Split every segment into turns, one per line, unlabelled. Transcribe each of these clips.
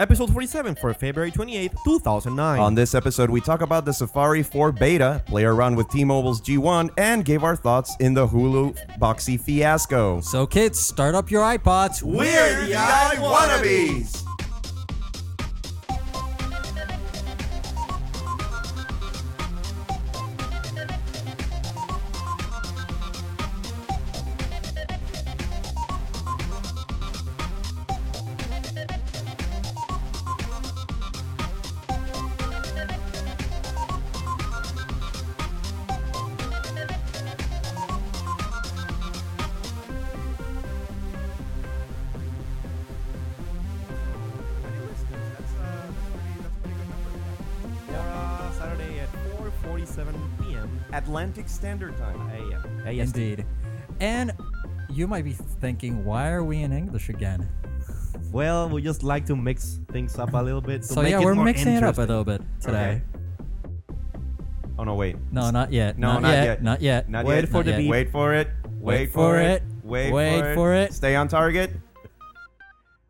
episode 47 for February 28th, 2009.
On this episode, we talk about the Safari 4 beta, play around with T Mobile's G1, and gave our thoughts in the Hulu Boxy fiasco.
So, kids, start up your iPods.
We're the I Wannabes!
Saturday at 4:47 p.m.
Atlantic Standard Time.
a.m.
Indeed. And you might be thinking, why are we in English again?
Well, we just like to mix things up a little bit. To
So,
make
yeah,
it
we're
more
mixing it up a
interesting.
little bit today.
Okay. Oh, no, wait.
No, not yet.
No,
not,
not
yet,
yet.
Not yet.
Not
Wait
yet.
for
Not
the
yet.
beep.
Wait for it. Wait for it. Wait, for it. Stay on target.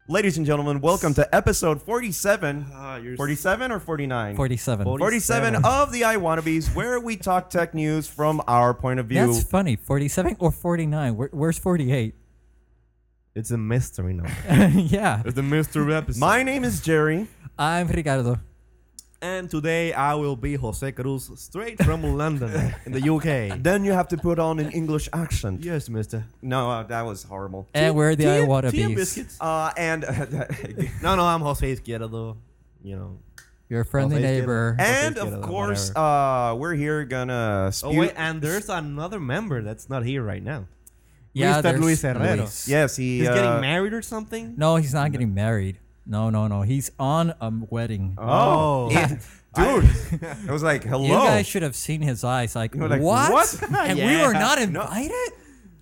Ladies and gentlemen, welcome to episode 47.
Ah, you're s-
47 or 49?
47.
Forty-
47 of the I Wannabes, where we talk tech news from our point of view.
That's funny. 47 or 49? Where, where's 48?
It's a mystery now.
yeah.
it's a mystery episode.
My name is Jerry.
I'm Ricardo.
and today I will be Jose Cruz, straight from London in the UK.
Then you have to put on an English accent.
yes, Mister.
No, uh, that was horrible.
And we're the I
Tea-
Wanna
tea and
Bees.
biscuits.
Uh, and
No, no, I'm Jose Izquierdo. You know.
Your friendly
Well, they did.
neighbor.
and
Okay,
of
whatever.
course, uh, we're here gonna spew.
Oh wait, and there's another member that's not here right now.
yeah,
Mr.
there's
Luis Herrero.
Luis.
yes, he.
He's
uh,
getting married or something.
No, he's not getting married. No, no, no. He's on a wedding.
Oh.
Oh, it- dude! I was like, hello.
you guys should have seen his eyes. Like,
were like,
what?
"What?"
and we
Yeah.
were not
No.
invited?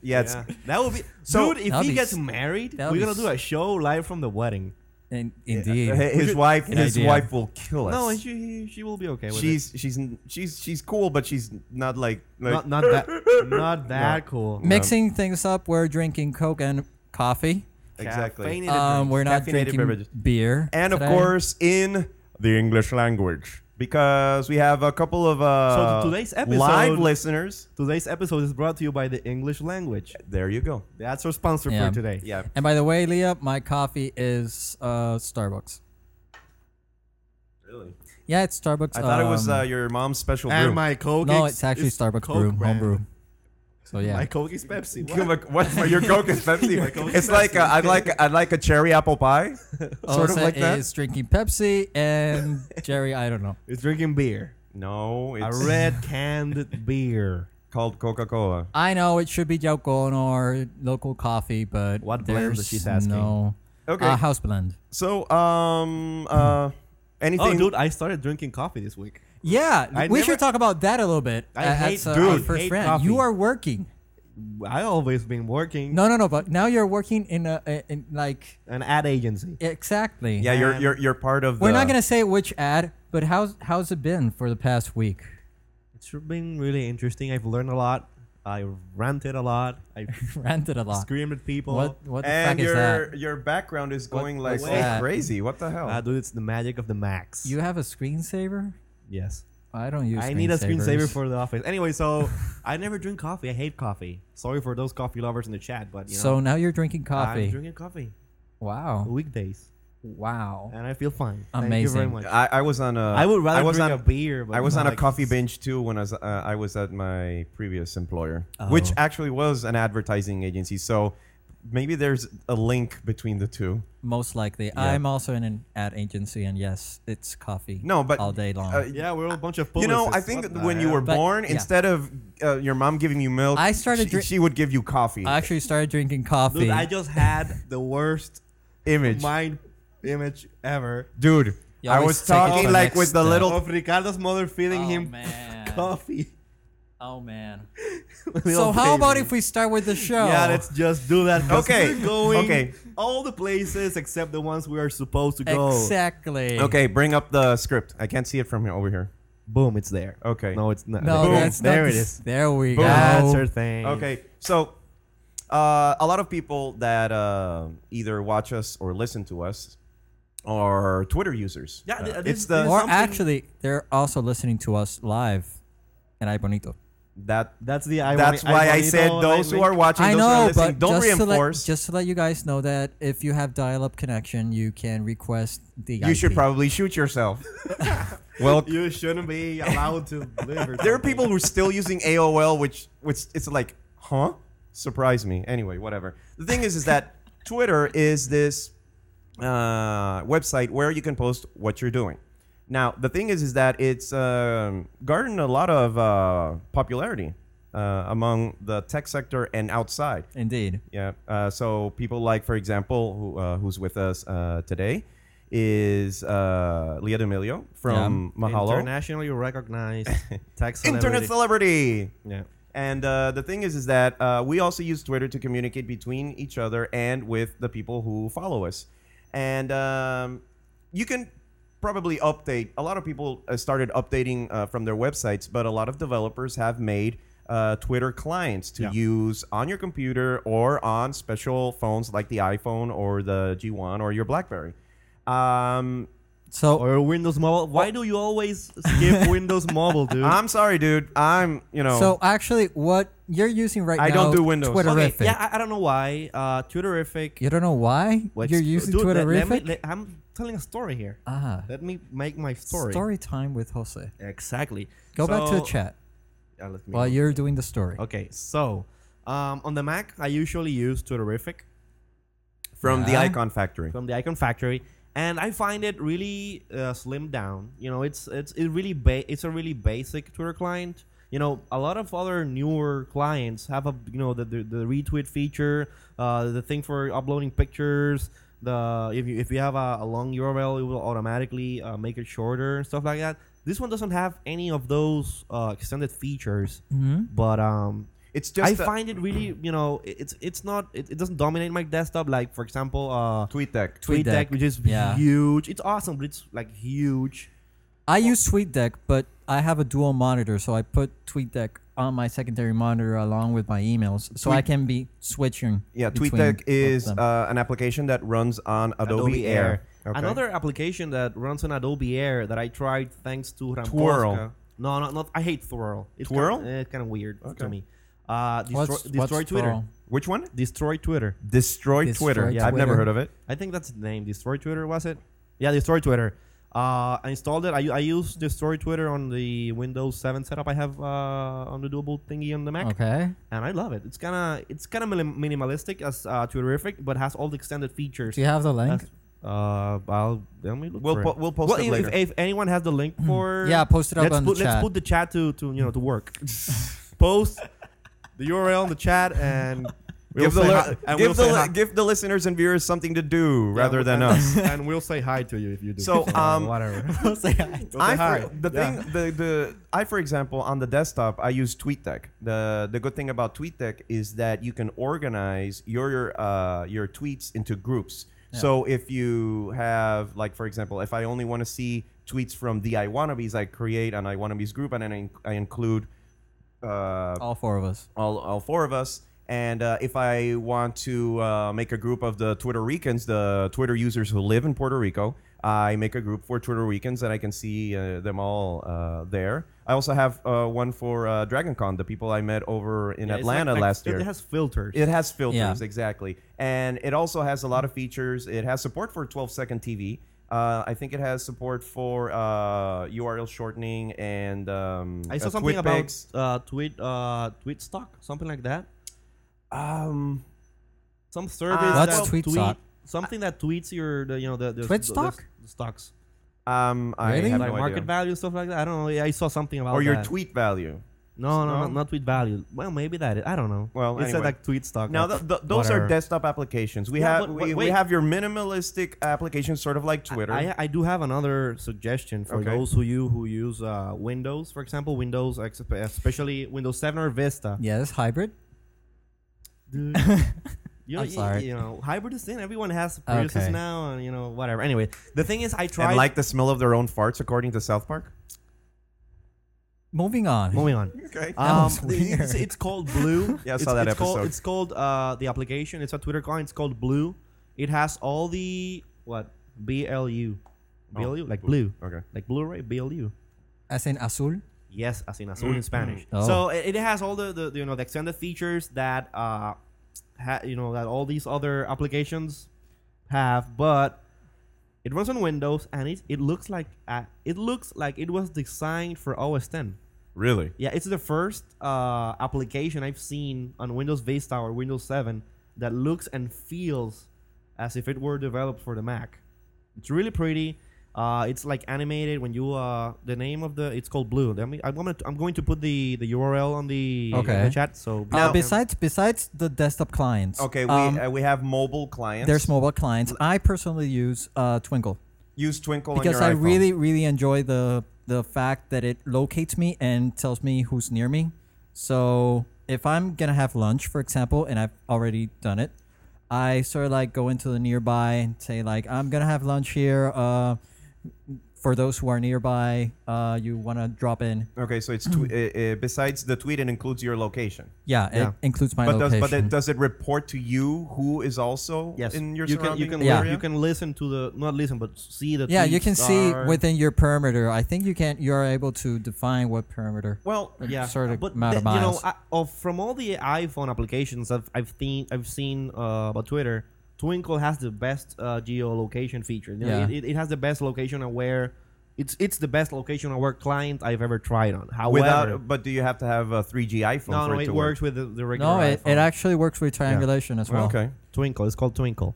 yeah, it's,
Yeah. that would be
So-
dude. If
That'd
he
be
gets
s-
married,
that'd
we're
be
gonna do
s-
a show live from the wedding.
And, indeed.
his wife.
Good
His
idea.
wife will kill us.
No, and she he- she will be okay with it.
she's she's she's she's cool, but she's not like, like
not not that not that cool.
Mixing things up, we're drinking Coke and coffee.
exactly.
Caffeinated
Um,
drinks.
we're not
Caffeinated
drinking
beverages.
beer.
and of
today.
course in the English language because we have a couple of uh,
So today's episode-
live listeners.
Today's episode is brought to you by the English language.
There you go.
That's our sponsor
Yeah.
for today.
Yeah,
And by the way, Leah, my coffee is uh, Starbucks.
really.
Yeah, it's Starbucks.
I thought it was
um,
uh, your mom's special
And
brew.
my Coke.
no,
is-
it's actually
is
Starbucks
Coke
brew,
brand.
homebrew. So yeah,
My Coke is Pepsi.
Give
What?
a- What's for your Coke is Pepsi?
Coke is
it's like i I'd like I'd like a cherry apple pie, sort of
Olsa
like that.
is drinking Pepsi and Jerry. I don't know.
It's drinking beer.
No,
A
it's
red canned beer.
called Coca Cola.
I know it should be Yokon or local coffee, but
What blend
there's
is she's asking?
no
Okay,
uh, house blend.
so um uh, anything?
Oh, dude, I started drinking coffee this week.
Yeah,
I
we
never-
should talk about that a little bit.
I
Uh,
hate-
that's, uh,
dude,
our first
hate
friend.
coffee.
You are working.
I always been working
No, no, no. But now you're working in a in, in like
an ad agency.
exactly.
yeah, you're you're you're part of.
We're
the,
not gonna say which ad, but how's how's it been for the past week?
It's been really interesting. I've learned a lot. I ranted a lot. I
Ranted a lot.
screamed at people.
What what the
And
fuck is that?
your your background is going like
what's
all
that?
crazy. What the hell?
Ah, dude, it's the magic of the max.
You have a screensaver?
yes.
I don't use.
I need a screensaver
screensavers.
for the office. Anyway, so I never drink coffee. I hate coffee. Sorry for those coffee lovers in the chat, but you know,
So now you're drinking coffee.
I'm drinking coffee
wow.
weekdays,
Wow.
and I feel fine. Thank you very
Amazing.
much.
I, I was on a.
I would rather
I was
drink
on
a beer. But
I was
not
on a
like-
coffee bench too when I was uh, I was at my previous employer,
Oh.
which actually was an advertising agency. So maybe there's a link between the two.
Most likely. I'm also in an ad agency and yes, it's coffee.
No, but
all day long.
uh,
Yeah, we're all a bunch of.
you know, I
publicists.
think
What
that
the
when you
hell?
were
But-
born,
yeah.
instead of uh, your mom giving you milk,
I started
She,
drink-
she would give you coffee.
I actually started drinking coffee.
dude, I just had the worst
image,
mind image ever.
dude.
You
I
always
was
take it to
talking
the
like
next
with the
step.
little.
Of Ricardo's mother feeding
oh,
him
man.
coffee.
Oh man.
Little
so how about
baby.
if we start with the show?
Yeah, let's just do that. 'cause
Oh. Okay,
we're going
okay.
all the places except the ones we are supposed to go.
Exactly.
Okay, bring up the script. I can't see it from here over here.
Boom, it's there.
Okay.
No, it's not.
No,
Boom.
that's not
there
the
it
s-
is.
There we go.
That's her thing.
Okay, so uh, a lot of people that uh, either watch us or listen to us are Twitter users. Uh,
Yeah, th- this-
it's the
this-
Or
something-
actually, they're also listening to us live in Ay Bonito.
that.
That's the. I
that's
wanna-
why I,
wanna
said
know,
those
like,
who are watching,
I
those who are
know,
listening,
but
don't
just
reinforce.
To let, just to let you guys know that if you have dial-up connection, you can request the.
you should probably shoot yourself. well,
You shouldn't be allowed to live. Or
there are
something.
people who are still using AOL, which which it's like, huh? Surprise me. Anyway, whatever. The thing is, is that Twitter is this uh, website where you can post what you're doing. Now, the thing is, is that it's um, garnered a lot of uh, popularity uh, among the tech sector and outside.
Indeed.
Yeah. Uh, so people like, for example, who, uh, who's with us uh, today is uh, Leah D'Amelio from Mahalo.
internationally recognized tech
Internet
celebrity.
celebrity.
yeah.
And uh, the thing is, is that uh, we also use Twitter to communicate between each other and with the people who follow us. And um, you can probably update. A lot of people uh, started updating uh, from their websites, but a lot of developers have made uh, Twitter clients to
Yeah.
use on your computer or on special phones like the iPhone or the G1 or your BlackBerry. Um,
So
Or Windows Mobile. Why do you always skip Windows Mobile, dude?
I'm sorry, dude. I'm you know.
So actually, what you're using right
Oh. I
now?
don't do Windows. Okay,
Twitterific.
yeah, I, I don't know why. Uh, Twitterific.
You don't know why
What's-
you're using
Dude, let- let
Twitterific.
me- let- I'm telling a story here.
ah,
Let me make my story.
story. time with Jose.
Exactly.
Go back to the
So-
chat
Yeah, let me
while
go.
you're doing the story.
Okay, so um, on the Mac, I usually use Twitterific
from the
Yeah.
Icon Factory.
from the Icon Factory, and I find it really uh, slimmed down. You know, it's it's it really ba- it's a really basic Twitter client. You know, a lot of other newer clients have a you know the the, the retweet feature, uh, the thing for uploading pictures. The if you if you have a, a long URL, it will automatically uh, make it shorter and stuff like that. This one doesn't have any of those uh, extended features, but um,
It's just
I
a-
find it really you know it- it's it's not it, it doesn't dominate my desktop like for example uh,
TweetDeck.
TweetDeck,
TweetDeck,
which is
yeah.
huge. It's awesome, but it's like huge.
I use TweetDeck, but I have a dual monitor, so I put TweetDeck on my secondary monitor along with my emails, so I
Tweet-
can be switching.
Yeah,
between
TweetDeck
both
is
them.
uh, an application that runs on Adobe, Air. Okay.
Another application that runs on Adobe Air that I tried thanks to Ramposka.
Twirl.
No, no, not. I hate Twirl. It's
Twirl?
Kind of, eh, it's kind of weird
Okay.
to me. Uh, destroy
What's-
destroy
what's
Twitter.
wrong?
which one?
Destroy Twitter.
Destroy
Destroy, Twitter.
Yeah.
I've never
Twitter.
heard of it.
I think that's the name. Destroy Twitter was it? Yeah, Destroy Twitter. Uh, I installed it. I, I used Destroy Twitter on the Windows 7 setup I have uh, on the doable thingy on the Mac.
Okay.
and I love it. It's kind of it's kind of minim- minimalistic as uh, Twitterific, but has all the extended features.
Do you have the link?
That's- Uh, I'll let me look.
We'll
for
po-
it.
we'll post
Well,
it
if-
later.
If, if anyone has the link for
Hmm. Yeah, post it up
let's
on the
put, Let's
chat.
put the chat to to you know to work. post the URL in the chat and we'll
give the,
say
li-
hi- and
give,
we'll
the
say
li-
hi-
give the listeners and viewers something to do
yeah,
rather
we'll- and-
than us.
and we'll say hi to you if you do.
So, um,
whatever.
Say hi.
We'll say
I
hi.
for, the
Yeah.
thing the, the I for example on the desktop I use TweetDeck. The the good thing about TweetDeck is that you can organize your uh, your tweets into groups. So if you have like for example if I only want to see tweets from the I wannabes I create an I wannabes group and then I, inc- I include uh,
All four of us.
all, all four of us. And uh, if I want to uh, make a group of the Twitter Ricans, the Twitter users who live in Puerto Rico, I make a group for Twitter Ricans and I can see uh, them all uh, there. I also have uh, one for uh, DragonCon, the people I met over in
Yeah, it's
Atlanta
like- like-
last
it-
year.
It has filters.
It has filters,
Yeah.
exactly. And it also has a lot of features. It has support for 12 second TV. Uh, I think it has support for uh, URL shortening and. Um,
I saw
uh,
something about
TwitPics.
uh, tweet uh, tweet stock, something like that.
Um,
some service
What's
that
tweet stock?
something that tweets your the, you know the, the
Tweet
the-
stock?
the stocks
um, I
Really?
have
like
no
market
idea.
value stuff like that. I don't know. Yeah, I saw something about
or your
that.
tweet value.
No, no, no,
No?
not tweet value. Well, maybe that. Is, I don't know.
Well,
it said
anyway.
like tweet stock.
Now,
but
th- th- those
whatever.
are desktop applications. We
Yeah,
have
but
we,
wait,
we
wait.
have your minimalistic applications, sort of like Twitter.
I, I do have another suggestion for
Okay.
those who you who use uh, Windows, for example, Windows, ex- especially Windows Seven or Vista.
Yes, hybrid.
Dude. You know,
I'm
you-
sorry.
You, know, hybrid is in. Everyone has Priuses
Okay.
now, and you know, whatever. Anyway, the thing is, I tried.
and like the smell of their own farts, according to South Park.
Moving on.
moving on.
Okay.
Um,
was
it's,
weird.
it's called Blue.
Yeah, I
it's,
saw that
it's Called,
episode.
it's called uh, the application. It's a Twitter client. It's called Blue. It has all the what B L U,
Oh,
B L U, like blue,
blue. Okay.
like Blu-ray B L U.
As in azul.
Yes, as in azul
Mm-hmm.
in Spanish.
Oh.
So it, it has all the, the you know the extended features that uh, ha, you know that all these other applications have, but it runs on Windows and it, it looks like uh, it looks like it was designed for OS 10.
Really?
Yeah, it's the first uh, application I've seen on Windows Vista or Windows 7 that looks and feels as if it were developed for the Mac. It's really pretty. Uh, it's like animated when you uh, the name of the it's called Blue. Let me, I'm gonna I'm going to put the, the URL on the, on the
Okay.
chat. So
uh, besides besides the desktop clients.
Okay. We
um,
uh, we have mobile clients.
there's mobile clients. I personally use uh, Twinkle
Use Twinkle
because
on
I
your iPhone.
really really enjoy the the fact that it locates me and tells me who's near me. So if I'm gonna have lunch, for example, and I've already done it, I sort of like go into the nearby and say like I'm gonna have lunch here. Uh, for those who are nearby, uh, you wanna drop in.
Okay, so it's tw- uh, uh, besides the tweet, it includes your location.
Yeah,
Yeah.
it includes my
But does,
location.
but it, does it report to you who is also
yes,
in your
you can
surrounding
you can
Yeah.
li-
area?
you can listen to the not listen but see the
yeah, you
tweets
can see
are-
within your perimeter. I think you can. You are able to define what perimeter.
well,
yeah,
sort of
but
amount of
the- you know,
miles.
I, of, from all the iPhone applications I've I've seen I've seen uh, about Twitter, Twinkle has the best uh, geolocation feature. You know,
Yeah.
it, it, it has the best location aware. It's it's the best location aware client I've ever tried on. However,
without. But do you have to have a 3G iPhone
no,
for
no,
it
it
to
works with the, the regular.
No, it,
iPhone.
it actually works with triangulation as well.
work? Okay.
Twinkle. It's called Twinkle.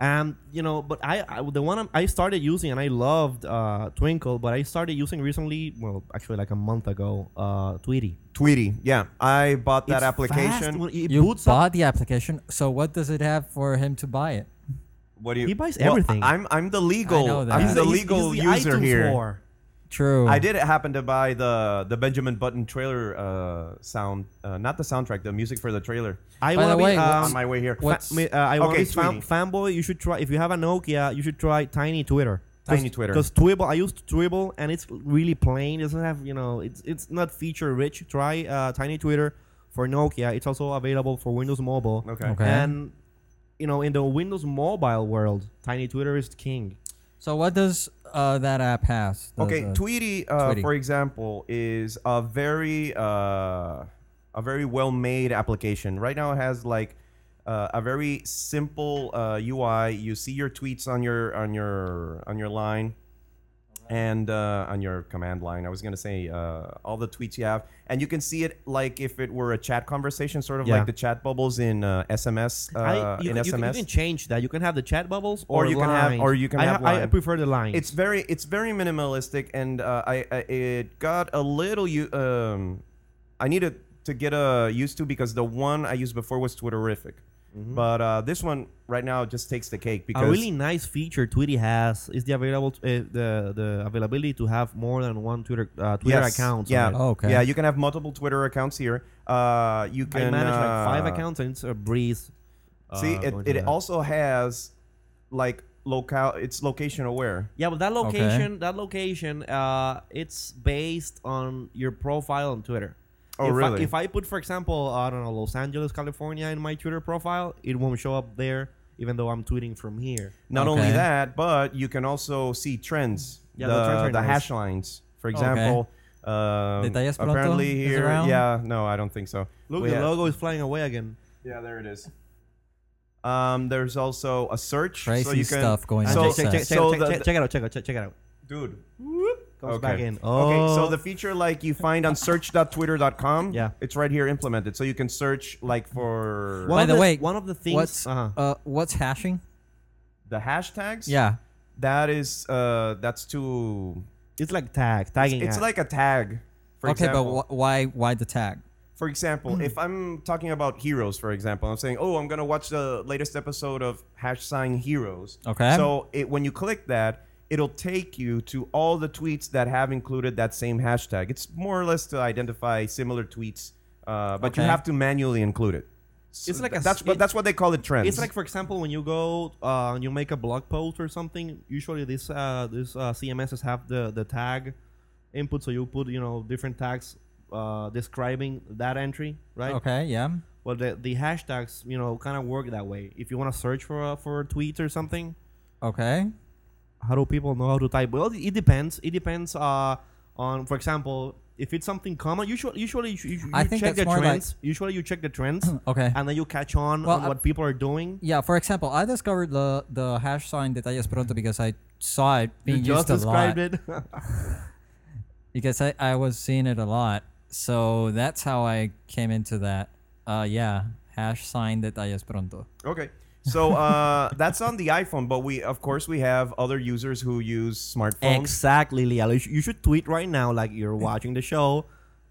Um, you know, but I, I the one I'm, I started using and I loved uh, Twinkle, but I started using recently. Well, actually, like a month ago, uh, Tweety.
Tweety. Yeah, I bought
It's
that
fast
application.
when It
You
boots up
bought the application, so what does it have for him to buy it?
What do you?
He buys
Well,
everything.
I'm I'm the legal.
I know that.
I'm
He's
the
He's
legal
he's the
user
iTunes
here.
whore.
True.
I did happen to buy the the Benjamin Button trailer uh, sound, uh, not the soundtrack, the music for the trailer
I
By the
wanna
way,
be,
on
um,
my way here.
what's-
fa- me- uh, I want
Okay,
to be fan,
Tweety.
fanboy. You should try if you have a Nokia. You should try Tiny Twitter.
Tiny Twitter.
Because Twibble, I used Twibble, and it's really plain. It doesn't have you know, it's it's not feature rich. Try uh, Tiny Twitter for Nokia. It's also available for Windows Mobile.
Okay.
Okay.
And you know, in the Windows Mobile world, Tiny Twitter is king.
so what does uh, that app has? The-
Okay,
the-
Tweety, uh,
Tweety.
for example, is a very uh, a very well made application. Right now, it has like uh, a very simple uh, UI. You see your tweets on your on your on your line, and uh, on your command line. I was gonna say uh, all the tweets you have, and you can see it like if it were a chat conversation, sort of
Yeah.
like the chat bubbles in uh, SMS. Uh,
I, you,
in
can-
SMS,
you, can, you can change that. You can have the chat bubbles,
Or
or,
you can have-
lines.
or you can
I,
have
I, I
line.
prefer the line.
It's very it's very minimalistic, and uh, I, I it got a little you um, I needed to get uh, used to because the one I used before was Twitterific, but uh, this one right now just takes the cake because
a Mm-hmm. Oh, really nice feature Tweety has is the available uh, the the availability to have more than one Twitter uh, Twitter
Yes,
accounts.
Yeah,
on it.
Oh, okay.
yeah, you can have multiple Twitter accounts here. Uh, you
I
can
manage like five
uh,
accounts and it's a breeze. uh,
See, it,
going to
it
that.
also has like local. It's location aware.
yeah, but that location that location uh, it's based on your profile on Twitter.
Oh,
if
really?
I, if I put, for example, I don't know, Los Angeles, California, in my Twitter profile, it won't show up there, even though I'm tweeting from here.
Not only
Okay.
that, but you can also see trends.
Yeah,
the,
the trends are
the
nice.
hash lines,
Oh,
for
Okay.
example. um,
Detalles pronto
apparently
is
here,
around?
yeah, no, I don't think so.
Look,
We
the
ha-
logo is flying away again.
Yeah, there it is. Um, there's also a search, so
Crazy
you can,
stuff going
so,
on.
check, check, check,
so
check,
the-
check, check it out. Check it out. Check, check it out.
dude.
Comes back in.
Okay, so
Oh.
the feature like you find on search.twitter.com,
Yeah.
it's right here implemented, so you can search like for
One
By
of
the
the-
way,
one of the things-
What's
uh-huh.
uh, what's hashing?
the hashtags.
Yeah.
that is uh, that's too.
It's like tag tagging.
It's
app.
like a tag. For
okay,
example.
but wh- why why the tag?
For
hmm.
example, if I'm talking about heroes, for example, I'm saying, oh, I'm gonna watch the latest episode of Hash Sign Heroes.
Okay.
So it, when you click that, it'll take you to all the tweets that have included that same hashtag. It's more or less to identify similar tweets, uh, but you
Okay.
have to manually include it. So
It's like a
th-
s-
that's but
it-
that's what they call it trends.
It's like, for example, when you go uh, and you make a blog post or something. Usually, these uh, these uh, CMSs have the the tag input, so you put you know different tags uh, describing that entry, right?
Okay, yeah.
Well, the, the uh, hashtags you know kind of work that way. If you want to search for a, for a tweet or something,
Okay.
how do people know how to type? Well, it depends. It depends uh, on, for example, if it's something common. Usually, usually you, you, you
I think
check
that's
the
more like-
trends. usually, you check the trends,
Okay.
and then you catch on
Well, uh,
on
I-
what people are doing.
Yeah, for example, I discovered the the hash sign detalles pronto because I saw it
You
being
just
used a lot.
described it.
Because I, I was seeing it a lot. So that's how I came into that. Uh, yeah, hash sign detalles pronto.
Okay. So uh, that's on the iPhone, but we of course we have other users who use smartphones.
Exactly, Lial. You, sh- you should tweet right now, like you're watching the show.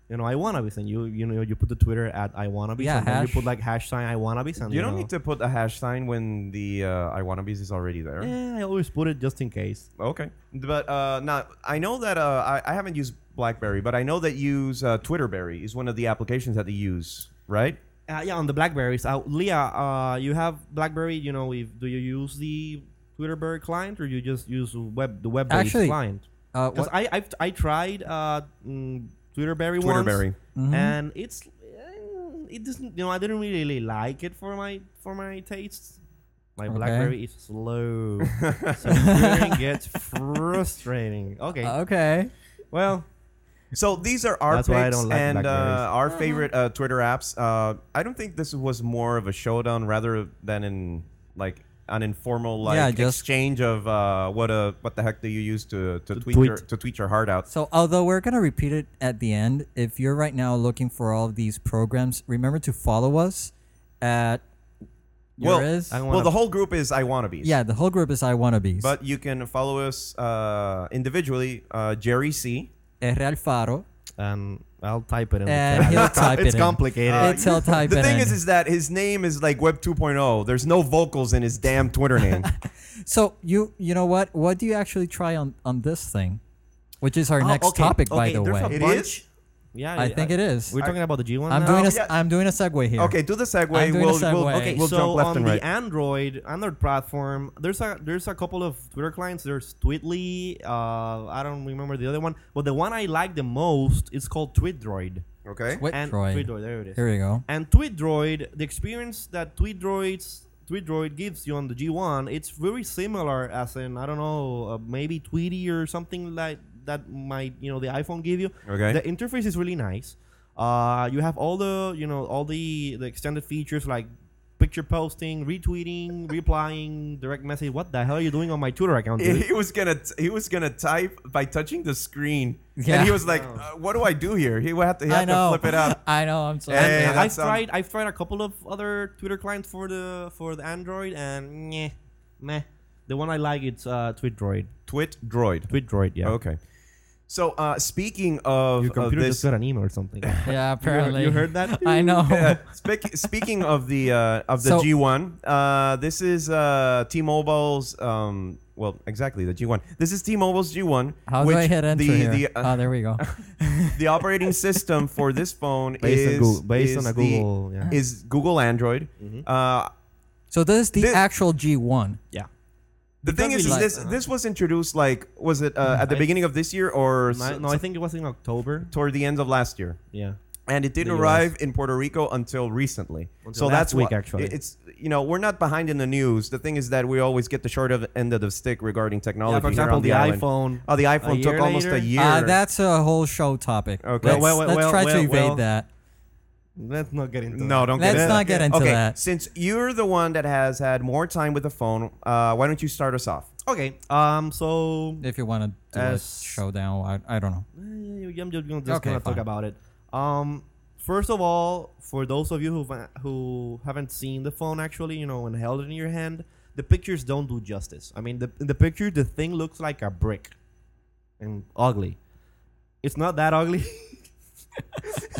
You know, I wanna be and you you know you put the Twitter at I wanna be
Yeah,
and then you
hash.
put like hash sign I wanna be and
you don't need to put a hash sign when the uh, I wannabes is already there.
Yeah, I always put it just in case.
Okay, but uh, now I know that uh, I, I haven't used BlackBerry, but I know that use uh, Twitterberry is one of the applications that they use, right?
Uh, yeah, on the Blackberries. Uh, Leah, uh, you have BlackBerry. You know, if, do you use the Twitterberry client or you just use web the web based
Actually,
client?
Uh,
Because
what,
I I've, I tried uh, mm, Twitterberry once,
Twitterberry.
Mm-hmm.
and it's eh, it doesn't you know I didn't really like it for my for my tastes. My
Okay.
BlackBerry is slow, so Twittering gets frustrating. Okay,
uh, okay.
well,
So these are our
That's
picks
why I don't like
and uh,
Blackberries. Uh-huh.
our favorite uh, Twitter apps. Uh, I don't think this was more of a showdown rather than in like an informal like
Yeah, just-
exchange of uh, what uh, what the heck do you use to, to, tweet,
tweet.
Your, to tweet your heart out.
So, although we're going to repeat it at the end, if you're right now looking for all of these programs, remember to follow us at
Well,
yours.
I wanna-
Well, the whole group is I wanna be.
yeah, the whole group is I Wanna Bees.
But you can follow us uh, individually, uh, Jerry C.
Real Faro.
um, I'll type it in.
And
the
Eh, he'll
chat.
type
it's
it in.
complicated.
Uh,
It's El Type
The
it
thing
in.
is, is that his name is like Web 2.0. There's no vocals in his damn Twitter name.
So you you know what? What do you actually try on on this thing, which is our
Oh,
next
okay,
topic, by
okay,
the
there's
way.
a
It
bunch.
is?
Yeah, uh,
I think it is.
We're talking about the G one.
I'm
now?
doing a
Oh, yeah.
am doing a segue here.
Okay, do the segue.
I'm doing a
we'll, we'll-
segue.
okay,
Okay,
we'll
so
jump left
on
and right.
the Android Android platform, there's a there's a couple of Twitter clients. There's Tweetly. Uh, I don't remember the other one, but the one I like the most is called TweetDroid.
okay.
And
Twitdroid.
TweetDroid, there it is.
Here we go.
And TweetDroid, the experience that TweetDroids TweetDroid gives you on the G1, it's very similar as in I don't know, uh, maybe Tweety or something like that might you know the iPhone give you.
Okay.
The interface is really nice. Uh, you have all the you know all the the extended features like picture posting, retweeting, replying, direct message. What the hell are you doing on my Twitter account? Dude?
he was gonna t- he was gonna type by touching the screen,
Yeah.
and he was like, uh, "What do I do here?" He would have to, he
I
had to
know.
flip it out.
I know. I'm sorry.
Hey,
And
that
I've
sound-
tried I've tried a couple of other Twitter clients for the for the Android and meh, meh. The one I like it's uh, TweetDroid.
Twit droid.
TweetDroid, yeah.
Okay. So uh, speaking of,
Your
of
computer
this,
just got an email or something.
yeah, apparently
you heard that?
I know.
uh, speak, speaking of the uh, of the
So-
G1, uh, this is uh, T-Mobile's. Um, well, exactly the G1. This is T-Mobile's G1.
How
which
do I hit enter
the,
here? Uh.
The, uh,
oh, there we go.
the operating system for this phone
Based on
is
Google- based
is
on a
the-
Google, yeah. Mm-hmm.
is Google Android. Uh,
So this is the
This-
actual G1.
yeah.
The thing
Because
is,
we
is
like-
this this was introduced like was it uh, at the
I-
beginning of this year or s-
No, no, I think it was in October.
toward the end of last year?
Yeah.
And it didn't
The US.
arrive in Puerto Rico until recently.
Until
so
last
that's
week,
why-
actually.
it- It's you know we're not behind in the news. The thing is that we always get the short of, end of the stick regarding technology.
yeah for
here
example,
on
the,
the, island.
iPhone.
Oh, the iPhone
year
took almost a
later? Ah,
year.
Uh, that's a whole show topic.
Okay.
Let's,
Well, well,
let's
well,
try to
well,
evade
well.
that.
Let's not get into
no,
that.
don't
Let's
get
not get into
okay,
that.
Since you're the one that has had more time with the phone, uh, why don't you start us off?
Okay. Um. So
If you want to do a
As-
showdown, I, I don't know.
Eh, I'm just gonna, just
Okay,
gonna talk
fine.
about it. Um, first of all, for those of you who who haven't seen the phone actually, you know, and held it in your hand, the pictures don't do justice. I mean, the in the picture, the thing looks like a brick, and ugly. It's not that ugly.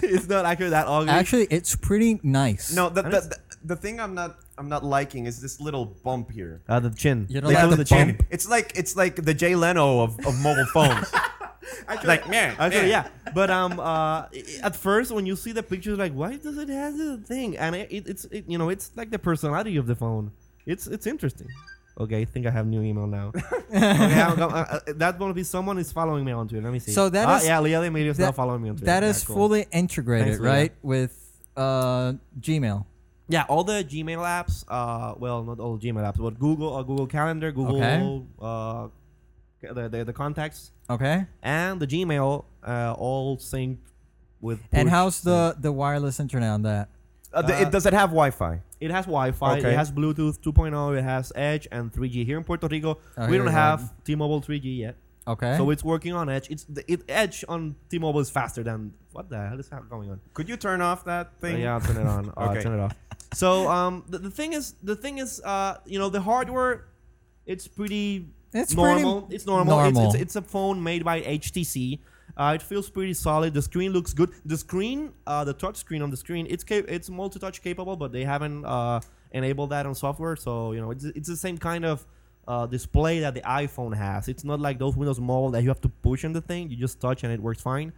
it's not actually that ugly.
Actually, it's pretty nice.
No, the, the,
Honest-
the, the thing I'm not I'm not liking is this little bump here.
uh, the chin.
You don't
They
like
call
the
it chin.
bump?
It's like it's like the Jay Leno of, of mobile phones. like man,
Actually, yeah. But um, uh, i- at first when you see the pictures, like, why does it have the thing? And it, it, it's it, you know, it's like the personality of the phone. It's it's interesting. Okay, I think I have new email now. okay, I'm, go- uh, uh, that will be someone is following me on Twitter. Let me see.
So that
Ah,
is-
yeah, Leah Media is now
that-
following me on Twitter.
That
Yeah,
is
cool.
fully integrated,
Thanks, Leah.
right, with uh, Gmail.
Yeah, all the Gmail apps. Uh, well, not all Gmail apps, but Google, uh, Google Calendar, Google
Okay.
uh, the, the, the contacts
Okay.
and the Gmail uh, all synced with.
And
push
how's
sync.
the the wireless internet on that?
Uh, th-
Uh,
it, does it have Wi-Fi?
It has Wi-Fi.
Okay.
It has Bluetooth 2.0. It has Edge and 3G. Here in Puerto Rico,
Oh,
we
here
don't
we go.
have T-Mobile 3G yet,
Okay.
so it's working on Edge. It's the, it, Edge on T-Mobile is faster than what the hell is ha- going on?
Could you turn off that
Uh,
thing?
yeah, I'll turn it on. Uh,
Okay.
turn it off. So um, the, the thing is, the thing is, uh, you know, the hardware, it's pretty
It's
normal.
pretty
it's normal. It's- It's,
normal.
it's, a phone made by HTC. Uh, it feels pretty solid. The screen looks good. The screen, uh, the touch screen on the screen, it's cap- it's multi-touch capable, but they haven't uh, enabled that on software. So you know, it's, it's the same kind of uh, display that the iPhone has. It's not like those Windows Mobile that you have to push on the thing. You just touch and it works fine.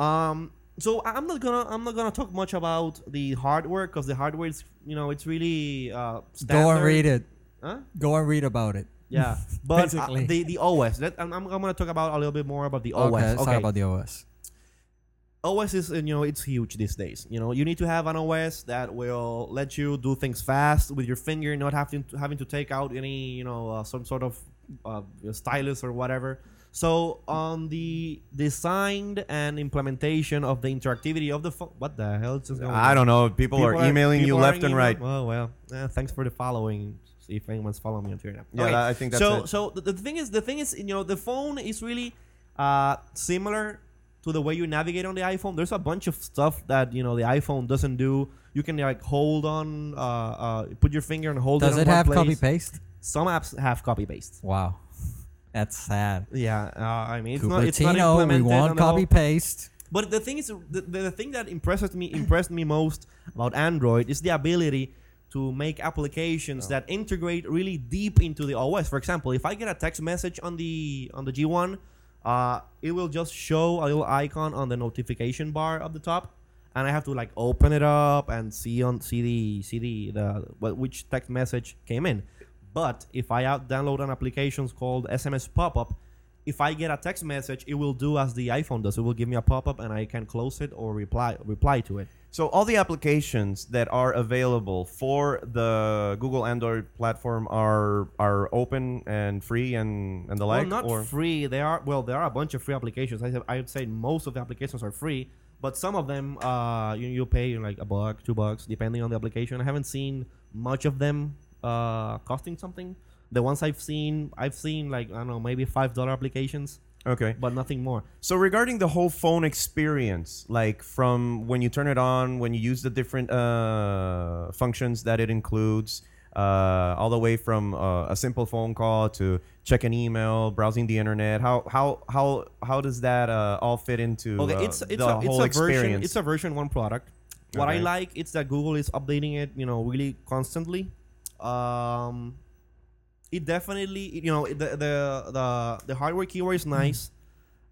Um, so I- I'm not gonna I'm not gonna talk much about the hardware because the hardware is you know it's really uh, standard.
Go and read it.
Huh?
Go and read about it.
Yeah, but uh,
Basically.
the the OS. That, I'm, I'm gonna talk about a little bit more about the OS.
Okay, let's
Okay.
talk about the OS.
OS is uh, you know it's huge these days. You know you need to have an OS that will let you do things fast with your finger, not having to, having to take out any you know uh, some sort of uh, stylus or whatever. So on the design and implementation of the interactivity of the phone, what the hell is this going
I
on?
don't know. People, are emailing
people
you
are
left and
emailing-
right.
Oh well, eh, thanks for the following. See if anyone's following me on Twitter.
Yeah,
Okay,
I think that's
so.
it.
So the, the thing is, the thing is, you know, the phone is really uh, similar to the way you navigate on the iPhone. There's a bunch of stuff that you know the iPhone doesn't do. You can like hold on, uh, uh, put your finger and hold.
Does
it, on
it
one
have
place.
copy paste?
Some apps have copy paste.
Wow, that's sad.
Yeah, uh, I mean it's not it's not
Cupertino, we
implemented. on
want
the whole-
copy paste.
But the thing is, the, the, the thing that impressed me impressed me most about Android is the ability to make applications that integrate really deep into the OS. For example, if I get a text message on the on the G1, uh, it will just show a little icon on the notification bar up the top, and I have to like open it up and see on see the see the, the what, which text message came in. But if I out download an application called SMS Pop Up, if I get a text message, it will do as the iPhone does. It will give me a pop up and I can close it or reply reply to it.
So all the applications that are available for the Google Android platform are are open and free and and the like.
well, not
or
free. They are well. There are a bunch of free applications. I I would say most of the applications are free, but some of them uh you you pay like a buck, two bucks, depending on the application. I haven't seen much of them uh costing something. The ones I've seen, I've seen like I don't know maybe five dollar applications,
okay.
but nothing more.
So regarding the whole phone experience, like from when you turn it on, when you use the different uh, functions that it includes, uh, all the way from uh, a simple phone call to check an email, browsing the internet, how how how how does that uh, all fit into
okay
uh,
it's it's
the
a, it's
whole
a
experience?
version it's a version one product what i
Okay.
like is that google is updating it you know really constantly um it definitely you know the the the, the hardware keyboard is
Hmm.
nice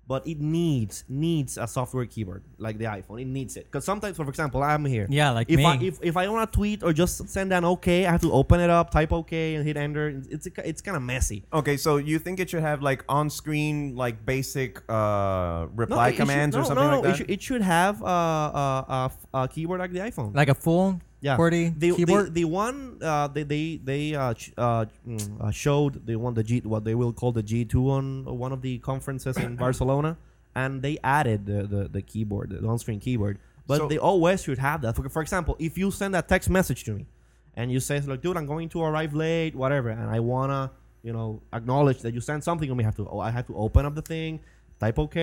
but it needs needs a software keyboard like the iphone it needs it because sometimes for example i'm here
Yeah, like
if
me.
I if, if I want to tweet or just send an OK, I have to open it up, type OK, and hit enter. It's it's kind of messy.
Okay, so you think it should have like on-screen, like basic uh, reply
it should-
commands or
no,
something
no, no,
like that?
It should, it should have uh, uh, a, f- a keyboard like the iPhone.
like a full
yeah,
QWERTY
the,
keyboard.
The, the one uh, they they they uh, ch- uh, mm, uh, showed the one the G what they will call the G two on one of the conferences in Barcelona, and they added the the, the keyboard, the on screen keyboard. But
So-
the OS should have that. For, for example, if you send a text message to me, and you say like, dude, I'm going to arrive late, whatever, and I wanna you know acknowledge that you sent something, and we have to oh, I have to open up the thing. Type OK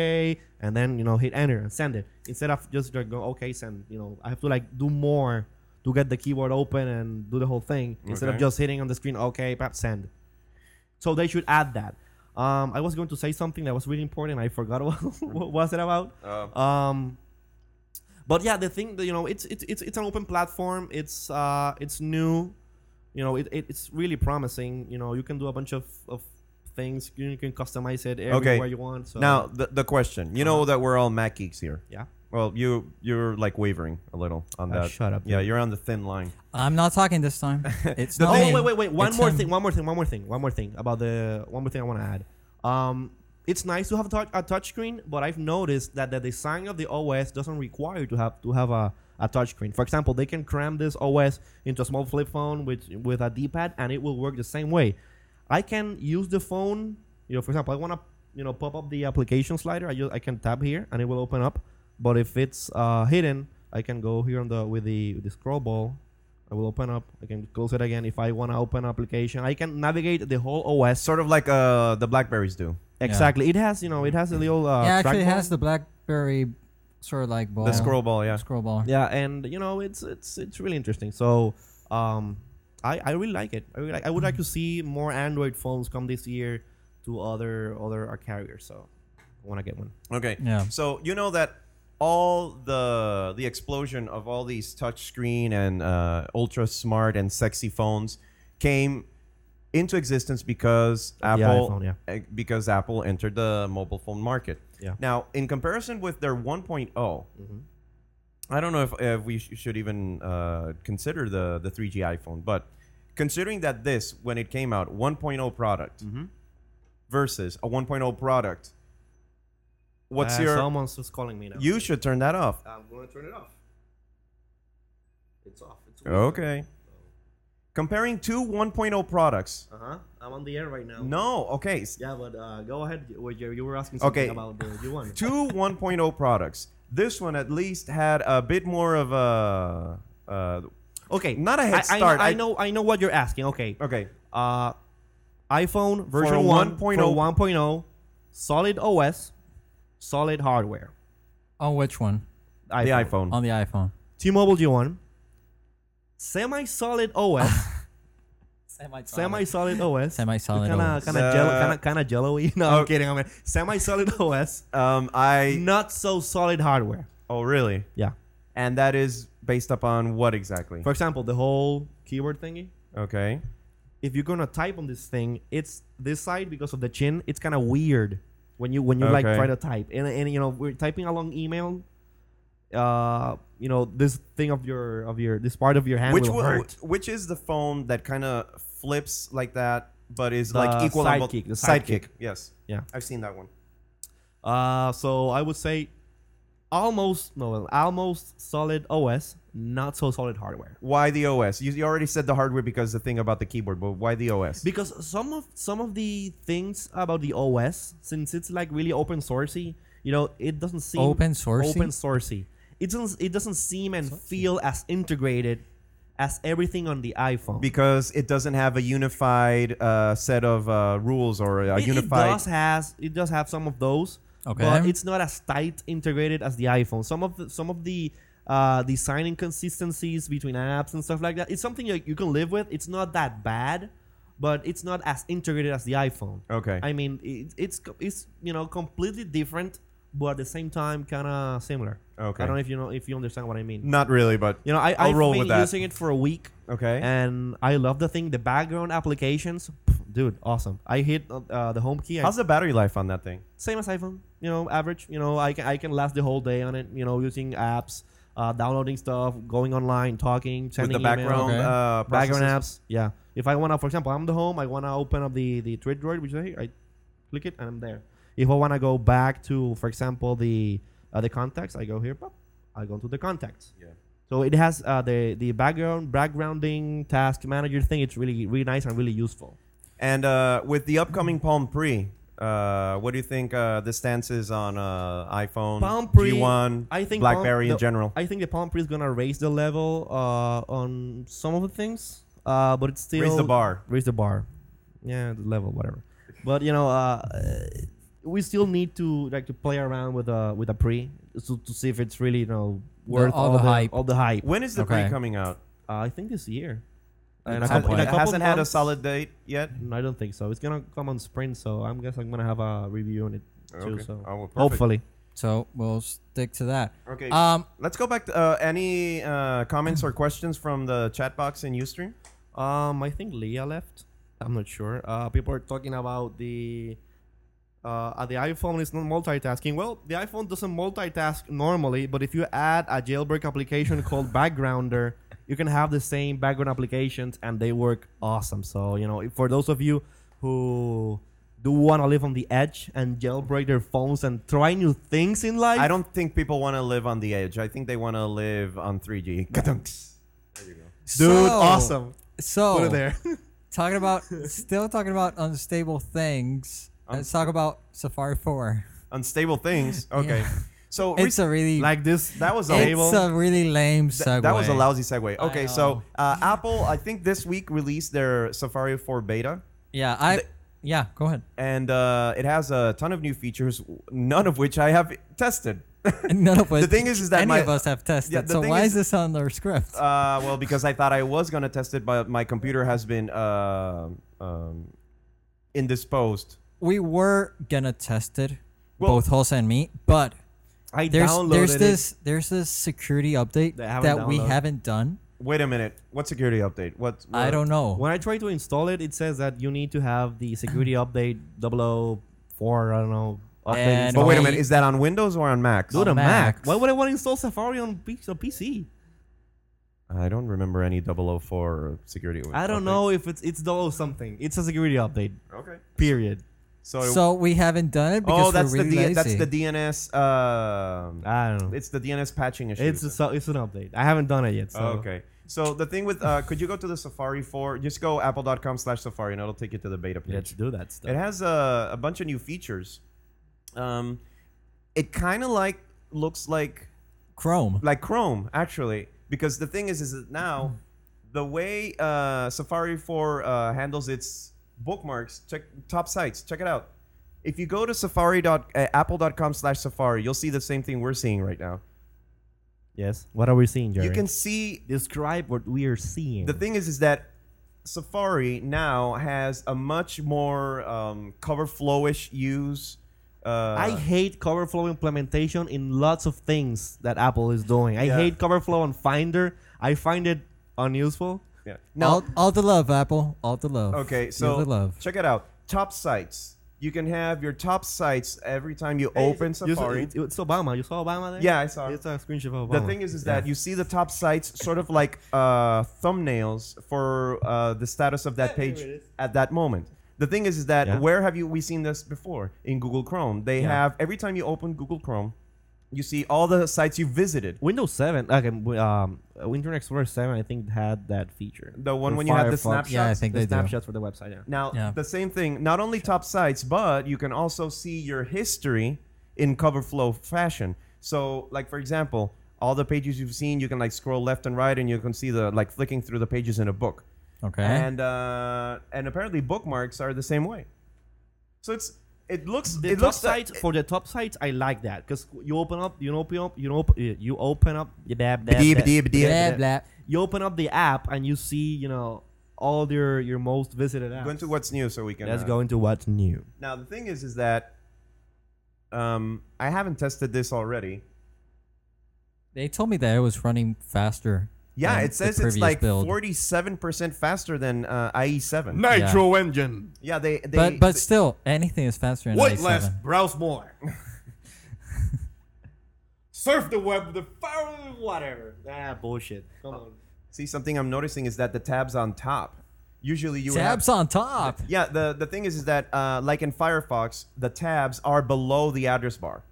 and then you know hit enter and send it instead of just like, go OK send you know I have to like do more to get the keyboard open and do the whole thing instead of
Okay.
just hitting on the screen okay perhaps send so they should add that um, i was going to say something that was really important i forgot what, what was it about um, but yeah the thing that you know it's it's it's, it's an open platform it's uh it's new you know it, it, it's really promising you know you can do a bunch of, of things you, can customize it everywhere you want so
now the, the question. You know that we're all Mac geeks here.
yeah
Well, you you're like wavering a little on
Ah,
that.
shut up,
Yeah,
dude.
you're on the thin line.
I'm not talking this time. It's not
oh
me.
wait, wait, wait! One
It's
more
him.
thing. One more thing. One more thing. One more thing about the one more thing I want to add. Um, it's nice to have a touch, a touch screen, but I've noticed that the design of the OS doesn't require you to have to have a, a touch screen. For example, they can cram this OS into a small flip phone with with a D-pad, and it will work the same way. I can use the phone, you you know, for example, I want to, you know, pop up the application slider. I just I can tab here and it will open up. But if it's uh, hidden, I can go here on the with the with the scroll ball. I will open up. I can close it again. If I want to open application, I can navigate the whole OS.
Sort of like uh, the Blackberries do.
Exactly. It has, you know, it has a little. Uh,
it actually
trackball.
has the blackberry sort of like ball.
The scroll ball, yeah.
Scroll ball.
Yeah, and you know, it's it's it's really interesting. So, um, I I really like it. I really like. I would like to see more Android phones come this year to other other our carriers. So, I want to get one.
Okay.
Yeah.
So you know that all the the explosion of all these touchscreen and uh, ultra smart and sexy phones came into existence because Apple
iPhone, yeah.
eh, because Apple entered the mobile phone market.
Yeah. Mm-hmm.
Now, in comparison with their 1.0, I don't know if, if we sh- should even uh, consider the the 3G iPhone, but considering that this when it came out 1.0 product
Mm-hmm.
versus a 1.0 product what's
Uh,
your
Someone's just calling me now.
you should turn that off.
I'm gonna turn it off. It's off. It's
Okay. Comparing two 1.0 products.
Uh huh. I'm on the air right now.
No, okay. s-
Yeah, but uh, go ahead. What you, you were asking
Okay.
something about the you one.
Two 1.0 products. This one at least had a bit more of a uh,
Okay.
Not a head
I- I,
start,
I,
I-
know. I know what you're asking. Okay.
okay.
uh, iPhone version
For oh.
1.0,
1.0.
1.0, oh. solid OS, solid hardware.
On Oh, which one?
The iPhone.
On the iPhone.
T-Mobile G1, semi-solid OS,
Semi.
semi-solid OS,
Semi-solid
kind of
OS.
kind of jello,
Uh,
kind of kind of jello-y. No,
oh.
I'm kidding. I'm kidding. semi-solid OS,
Um, I
not so solid hardware.
oh really?
Yeah.
And that is based upon what exactly?
For example, the whole keyword thingy.
Okay.
If you're gonna type on this thing, it's this side because of the chin. It's kind of weird when you when you like
Okay.
try to type and and you know we're typing a long email. Uh, you know this thing of your of your this part of your hand
Which
will
wo-
hurt.
which is the phone that kind of flips like that, but is like
The
equal on both-
Sidekick, the
sidekick.
Sidekick.
Yes.
Yeah.
I've seen that one.
Uh, so I would say almost no almost solid OS, not so solid hardware.
Why the OS? You, you already said the hardware because the thing about the keyboard, but why the OS?
because some of some of the things about the OS, since it's like really open sourcey, you know, it doesn't seem
Open sourcey?
Open sourcey. It doesn't it doesn't seem and feel as integrated as everything on the iPhone.
because it doesn't have a unified uh, set of uh, rules or a
It- it,
unified.
does has it does have some of those,
Okay.
but it's not as tight integrated as the iPhone. Some of the, some of the uh, design inconsistencies between apps and stuff like that. It's something you, you can live with. It's not that bad, but it's not as integrated as the iPhone.
okay.
I mean, it, it's co- it's you know completely different, but at the same time, kind of similar.
Okay.
I don't know if you know if you understand what I mean.
Not really, but
You know, I,
I'll
I've
roll
been
with that.
using it for a week,
okay.
and I love the thing. The background applications, pff, dude, awesome. I hit uh, the home key. I,
How's the battery life on that thing?
same as iPhone, you know, average. You know, I can I can last the whole day on it. You know, using apps, uh, downloading stuff, going online, talking,
With
sending
the background,
emails,
Okay.
uh,
background
processes?
apps. Yeah. If I wanna, for example, I'm the home. I wanna open up the the Tweet Droid, which I I click it and I'm there. If I wanna go back to, for example, the uh, the contacts, I go here. Pop, I go to the contacts.
Yeah.
So it has uh, the the background backgrounding task manager thing. It's really really nice and really useful.
And uh, with the upcoming Palm Pre, uh, what do you think uh, the stance is on uh, iPhone,
Palm Pre,
G1,
I think
BlackBerry
Palm-
in
the-
general?
I think the Palm Pre is gonna raise the level uh, on some of the things, uh, but it's still
Raise the bar.
Raise the bar, yeah, the level, whatever. But you know, uh, uh, we still need to like to play around with a with a pre to, to see if it's really you know worth
all
all
the
the
hype.
All the hype.
When is the Pre
Okay.
coming out?
Uh, I think this year. In
At
a
some
couple- in
point.
a
it
couple
hasn't had a
months.
solid date yet.
No, I don't think so. It's gonna come on sprint, so I'm guess I'm gonna have a review on it too.
Okay.
So
Oh, well, perfect.
hopefully,
So we'll stick to that.
Okay.
Um,
Let's go back to uh, any uh, comments or questions from the chat box in Ustream.
Um, I think Leah left. I'm not sure. Uh, people are talking about the uh, uh, the iPhone is not multitasking. Well, the iPhone doesn't multitask normally, but if you add a jailbreak application called Backgrounder, you can have the same background applications and they work awesome. So you know, if- for those of you who do want to live on the edge and jailbreak their phones and try new things in life,
I don't think people want to live on the edge. I think they want to live on 3G. Kadunks.
dude,
so- Oh.
awesome.
So
Put it there.
talking about still talking about unstable things.
Um,
Let's talk about Safari 4.
unstable things. Okay. So
It's a really
Like this,
that was a
it's
stable.
a really lame segue.
Th- That was a lousy segue. Okay, so
know.
uh, Apple, I think this week released their Safari 4 beta,
Yeah, I yeah, go ahead.
and uh, it has a ton of new features, w- none of which I have tested.
None of us,
The thing is- is that
any
my-
of us have tested.
Yeah, the
so
thing
why is,
is-
this on our script?
uh, well, because I thought I was gonna test it, but my computer has been uh, um, indisposed.
we were gonna test it,
Well-
both Jose and me, but
I
there's
downloaded
there's
it.
this there's this security update
They
that
haven't
we
downloaded.
haven't done.
Wait a minute, what security update? What?
I
what-
don't know.
When I try to install it, it says that you need to have the security update 004, I don't know. Update
And-
installed.
But wait a
Why-
minute, is that on Windows or on Mac?
Dude, a
on
Mac.
Macs.
Why would I want to install Safari on P- on PC?
I don't remember any 004 security.
I don't
update.
know if it's it's double oh something. It's a security update.
Okay.
Period.
So. it-
so we haven't done it because
oh, that's
we're really
the D-
lazy.
that's the DNS. Um,
I don't know. It's
It's the DNS patching issue.
it's a, so- it's an update. I haven't done it yet. So.
okay. So the thing with uh, could you go to the Safari for just go apple.com slash Safari and it'll take you to the beta
Let's
page.
do that stuff.
It has uh, a, a bunch of new features. Um, it kind of like looks like
Chrome.
like Chrome actually because the thing is is that now the way uh, Safari 4 uh, handles its bookmarks check top sites check it out if you go to safari dot uh, apple.com slash safari you'll see the same thing we're seeing right now
yes. What are we seeing, Jerry?
you can see
describe what we are seeing.
The thing is, is that Safari now has a much more um, cover flowish use. Uh,
I hate cover flow implementation in lots of things that Apple is doing. I
Yeah.
hate cover flow on Finder. I find it unuseful.
yeah.
all, all the love, Apple. All the love.
Okay,
Give
so
the love.
check it out. Top sites. You can have your top sites every time you open
You saw-
Safari.
it- it's Obama. You saw Obama there?
Yeah, I saw.
It's a screenshot of Obama.
The thing is, is that you see the top sites sort of like uh, thumbnails for uh, the status of that
Yeah, here
page
it is.
at that moment. The thing is, is that
Yeah.
where have you we seen this before in Google Chrome? They
Yeah.
have every time you open Google Chrome, you see all the sites you visited.
Windows 7, okay, w- um, Internet Explorer 7, I think, had that feature.
The one
For
when you have the
Firefox,
snapshots.
Yeah, I think
the
they do.
snapshots for the website. Yeah.
Now
Yeah.
the same thing. Not only top sites, but you can also see your history in cover flow fashion. So, like for example, all the pages you've seen, you can like scroll left and right, and you can see the like flicking through the pages in a book.
Okay.
and uh, and apparently bookmarks are the same way. So it's it looks
The
it
top
looks
sites
like,
for the top sites, I like that because you open up, you open up, you open, you open up, you dab, dab,
Bidee,
dab,
bidee, bidee.
dab,
Blah,
dab.
blah.
You open up the app and you see, you know, all your your most visited apps.
Go into what's new, so we can.
Let's
uh,
go into what's new.
Now the thing is, is that um, I haven't tested this already.
They told me that it was running faster.
Yeah,
than
it says
the
it's
previous
like
build.
forty-seven percent faster than uh, IE7.
Nitro Engine.
Yeah, they, they
but but still, anything is faster than
Wait
i7.
less, browse more. Surf the web with the fire, whatever.
Ah, bullshit. Come on.
see something I'm noticing is that the tabs on top. Usually you would have
Tabs on top.
Yeah, the, the thing is, is that uh, like in Firefox, the tabs are below the address bar.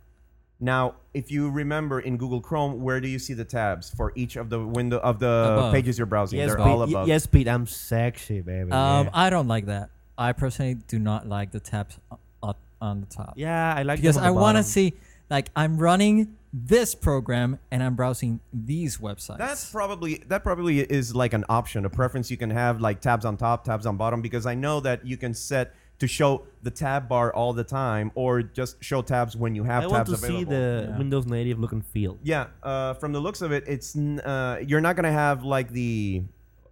Now, if you remember in Google Chrome, where do you see the tabs for each of the window of the
Above.
pages you're browsing?
Yes,
They're
Pete,
all
y-
above.
yes, Pete. I'm sexy, baby.
Um,
yeah.
I don't like that. I personally do not like the tabs o- up on the top.
Yeah, I like
Because
them on
I
the
want to
bottom.
see, like, I'm running this program and I'm browsing these websites.
That's probably that probably is like an option, a preference you can have, like tabs on top, tabs on bottom, because I know that you can set to show the tab bar all the time, or just show tabs when you have
I
tabs
want to
available.
see the
Yeah.
Windows native look and feel.
Yeah, uh, from the looks of it, it's n- uh, you're not gonna have like the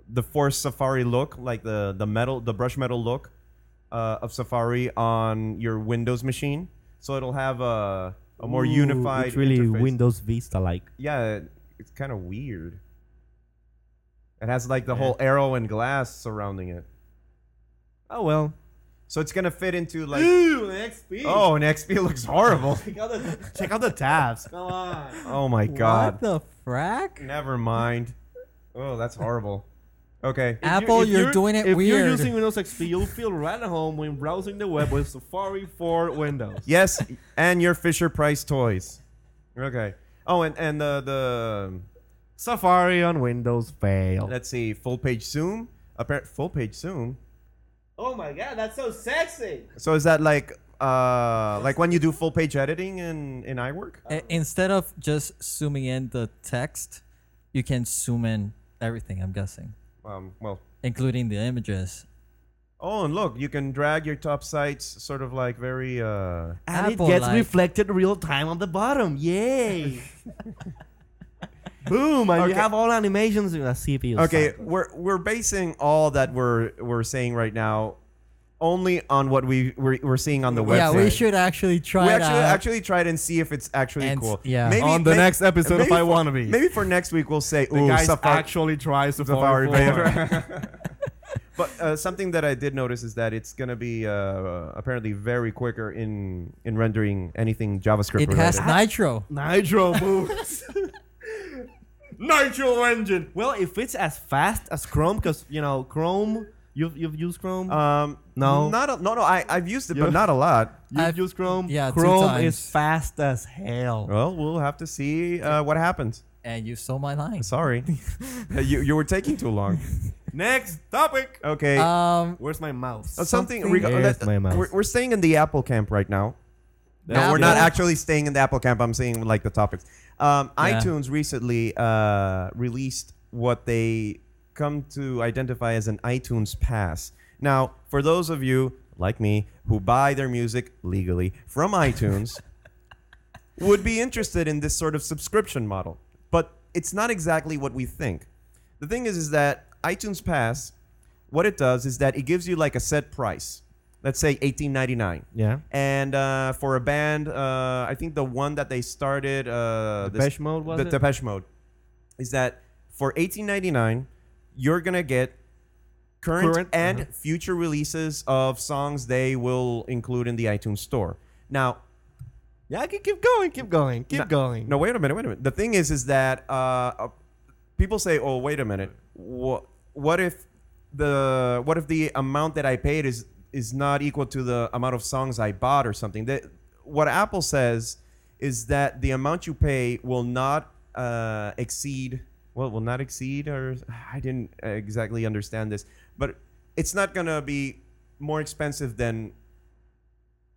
the forced Safari look, like the the metal, the brush metal look uh, of Safari on your Windows machine. So it'll have a, a more
Ooh,
unified.
It's really
interface.
Windows Vista like.
Yeah, it's kind of weird. It has like the whole arrow and glass surrounding it,
Oh well.
so it's gonna fit into like.
Ooh, XP.
Oh, and XP looks horrible.
check out the check out the tabs. Come on.
oh my
What
god.
the frack?
Never mind. Oh, that's horrible. Okay.
Apple,
if
you're, doing it
if
weird.
you're using Windows XP, you'll feel right at home when browsing the web with Safari for Windows.
Yes, and your Fisher Price toys. Okay. Oh, and and the the
Safari on Windows fail.
let's see, full page zoom. Appar- full page zoom.
Oh my god, that's so sexy.
So is that like uh, like when you do full page editing in in iWork?
I- instead of just zooming in the text, you can zoom in everything. I'm guessing,
Um, well,
including the images.
oh, and look, you can drag your top sites sort of like very. Uh,
And it
Apple
gets
like.
reflected real time on the bottom. Yay! Boom! And you
Okay.
have all animations Ah, in a CPU.
okay,
cycle.
we're we're basing all that we're we're saying right now only on what we we're, we're seeing on the website.
Yeah, we should actually try
We
it
actually
out.
actually tried and see if it's actually
And-
cool.
yeah.
On the
may-
next episode of
maybe
I
for-
Wanna Be.
Maybe for next week we'll say,
The
"Ooh,
guy
Safari,
actually tries to
Safari
follow.
But uh, something that I did notice is that it's gonna be uh, apparently very quicker in in rendering anything JavaScript.
it has
related.
nitro.
Nitro boots. Nitro engine.
Well, if it's as fast as Chrome, because you know Chrome, you've you've used Chrome.
Um,
No.
not a, no, no. I I've used it,
Yeah.
but not a lot.
you've
I've-
used Chrome.
yeah, two
Chrome
times.
is fast as hell.
Well, we'll have to see uh, what happens.
And you stole my line.
Sorry, you you were taking too long.
Next topic.
Okay,
Um,
Where's my mouse?
Uh, something.
something-
reg-
Where's
that-
my mouse?
we're, we're staying in the Apple camp right now. No,
Apple?
we're not actually staying in the Apple camp. I'm saying like the topics. Um,
Yeah.
iTunes recently uh, released what they come to identify as an iTunes Pass. Now, for those of you like me who buy their music legally from iTunes, would be interested in this sort of subscription model, but it's not exactly what we think. The thing is, is that iTunes Pass, what it does is that it gives you like a set price, let's say eighteen ninety nine.
Yeah.
And uh, for a band, uh, I think the one that they started, uh, this-
Depeche Mode, was
the
it?
Depeche Mode, is that for eighteen ninety nine, you're gonna get current,
Current,
and
uh-huh.
future releases of songs they will include in the iTunes store. Now,
Yeah, I can keep going, keep going, keep
no,
going.
No, wait a minute, wait a minute. The thing is, is that uh, uh, people say, "Oh, wait a minute. What, what if the what if the amount that I paid is is not equal to the amount of songs I bought or something?" That what Apple says is that the amount you pay will not uh, exceed. Well, will not exceed, or I didn't exactly understand this, but it's not gonna be more expensive than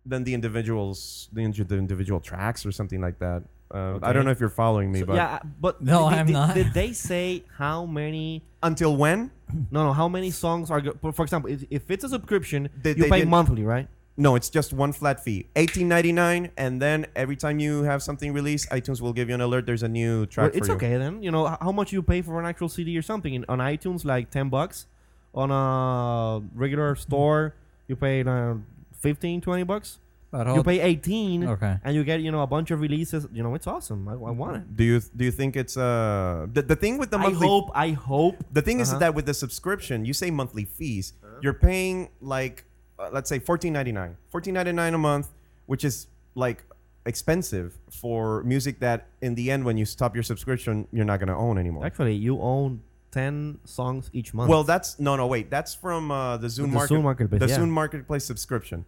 than the individuals the, indi- the individual tracks or something like that. Uh, I don't know if you're following me,
So,
but
yeah, but
No,
did,
I'm
did-
not.
Did they say how many?
until when?
No, no, how many songs are? go- For for example, if, if it's a subscription,
They-
you
they
pay
didn't-
monthly, right?
No, it's just one flat fee, eighteen ninety nine, and then every time you have something released, iTunes will give you an alert. There's a new track.
Well, it's
for you.
okay then. You know h- how much you pay for an actual CD or something in, on iTunes, like ten bucks. On a regular store, you pay uh, 15, 20 bucks.
but
You
hold-
pay eighteen,
Okay.
and you get you know a bunch of releases. You know it's awesome. I, I want it.
Do you do you think it's uh the, the thing with the
I
monthly?
hope. I hope.
The thing is
Uh-huh.
that with the subscription, you say monthly fees. You're paying like uh, let's say fourteen ninety nine, fourteen ninety nine a month, which is like expensive for music that in the end when you stop your subscription you're not going to own anymore.
Actually, you own ten songs each month.
Well, that's no, no, wait. That's from uh, the Zoom
The
market,
Zoom Marketplace,
the
yeah.
Zoom marketplace subscription.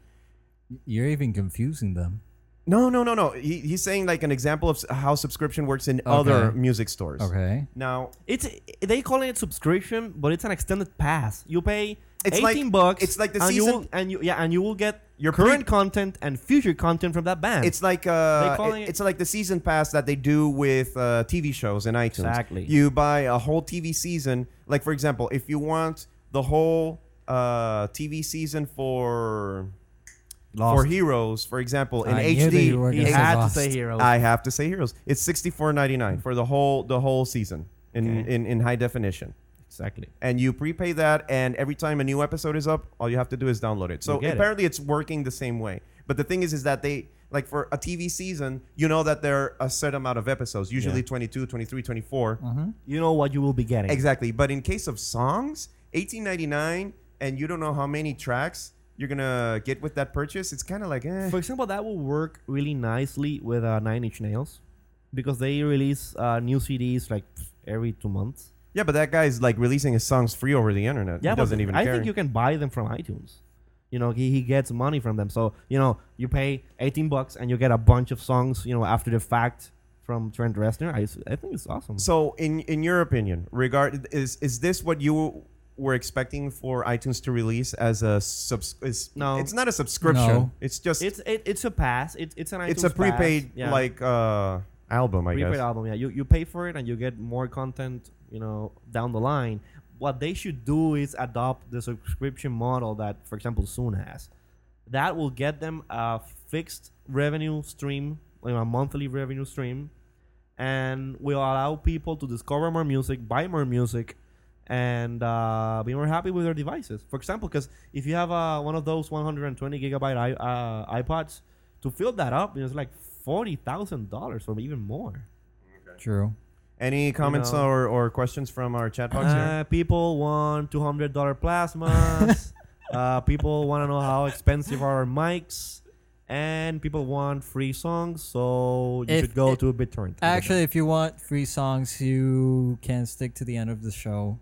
you're even confusing them.
No, no, no, no. He, he's saying like an example of s- how subscription works in other
Okay.
music stores.
Okay.
Now
it's they call it subscription, but it's an extended pass. You pay
It's like-
eighteen bucks.
it's like the
and You
season-
will, and you yeah, and you will get
Your
your
pre-
current content and future content from that band.
it's like uh,
They calling
it-
it-
it's like the season pass that they do with uh, TV shows in iTunes.
Exactly.
You buy a whole TV season. Like for example, if you want the whole uh, TV season for
Lost.
for Heroes, for example, in
I knew
HD,
that you were
he
gonna say
had
Lost.
to say hero.
I have to say Heroes. It's sixty four ninety nine for the whole the whole season in,
Okay.
in in high definition.
exactly.
And you prepay that, and every time a new episode is up, all you have to do is download it. So
You get it.
apparently, it's working the same way. But the thing is, is that they like for a TV season, you know that there are a certain amount of episodes, usually
Yeah. Mm-hmm.
22, 23, 24.
You know what you will be getting.
Exactly. But in case of songs, eighteen ninety nine, and you don't know how many tracks you're gonna get with that purchase. It's kind of like, eh.
For example, that will work really nicely with uh, Nine Inch Nails because they release uh, new CDs like every two months.
yeah, but that guy's like releasing his songs free over the internet.
Yeah,
he
but
doesn't even
I
care.
think you can buy them from iTunes. You know, he, he gets money from them. So, you know, you pay 18 bucks and you get a bunch of songs, you know, after the fact from Trent Reznor. I, s- I think it's awesome.
So, in in your opinion, regard is is this what you we're expecting for iTunes to release as a subs. Is,
No.
it's not a subscription.
No.
It's just it's,
It's it, it's a pass. It, it's an iTunes
a
pass.
prepaid
Yeah.
like uh, album, I
prepaid
guess.
album. Yeah, you, you pay for it and you get more content. You know, down the line, what they should do is adopt the subscription model that, for example, Soon has. That will get them a fixed revenue stream, like a monthly revenue stream, and will allow people to discover more music, buy more music, and uh, be more happy with their devices. For example, because if you have uh, one of those 120 gigabyte I- uh, iPods, to fill that up, it's like forty thousand dollars or even more.
True.
Any comments
know.
or, or questions from our chat box? here?
Uh, people want two hundred dollar plasmas. uh, people want to know how expensive are our mics, and people want free songs. So you
If-
should go to BitTorrent.
Actually, if you want free songs, you can stick to the end of the show,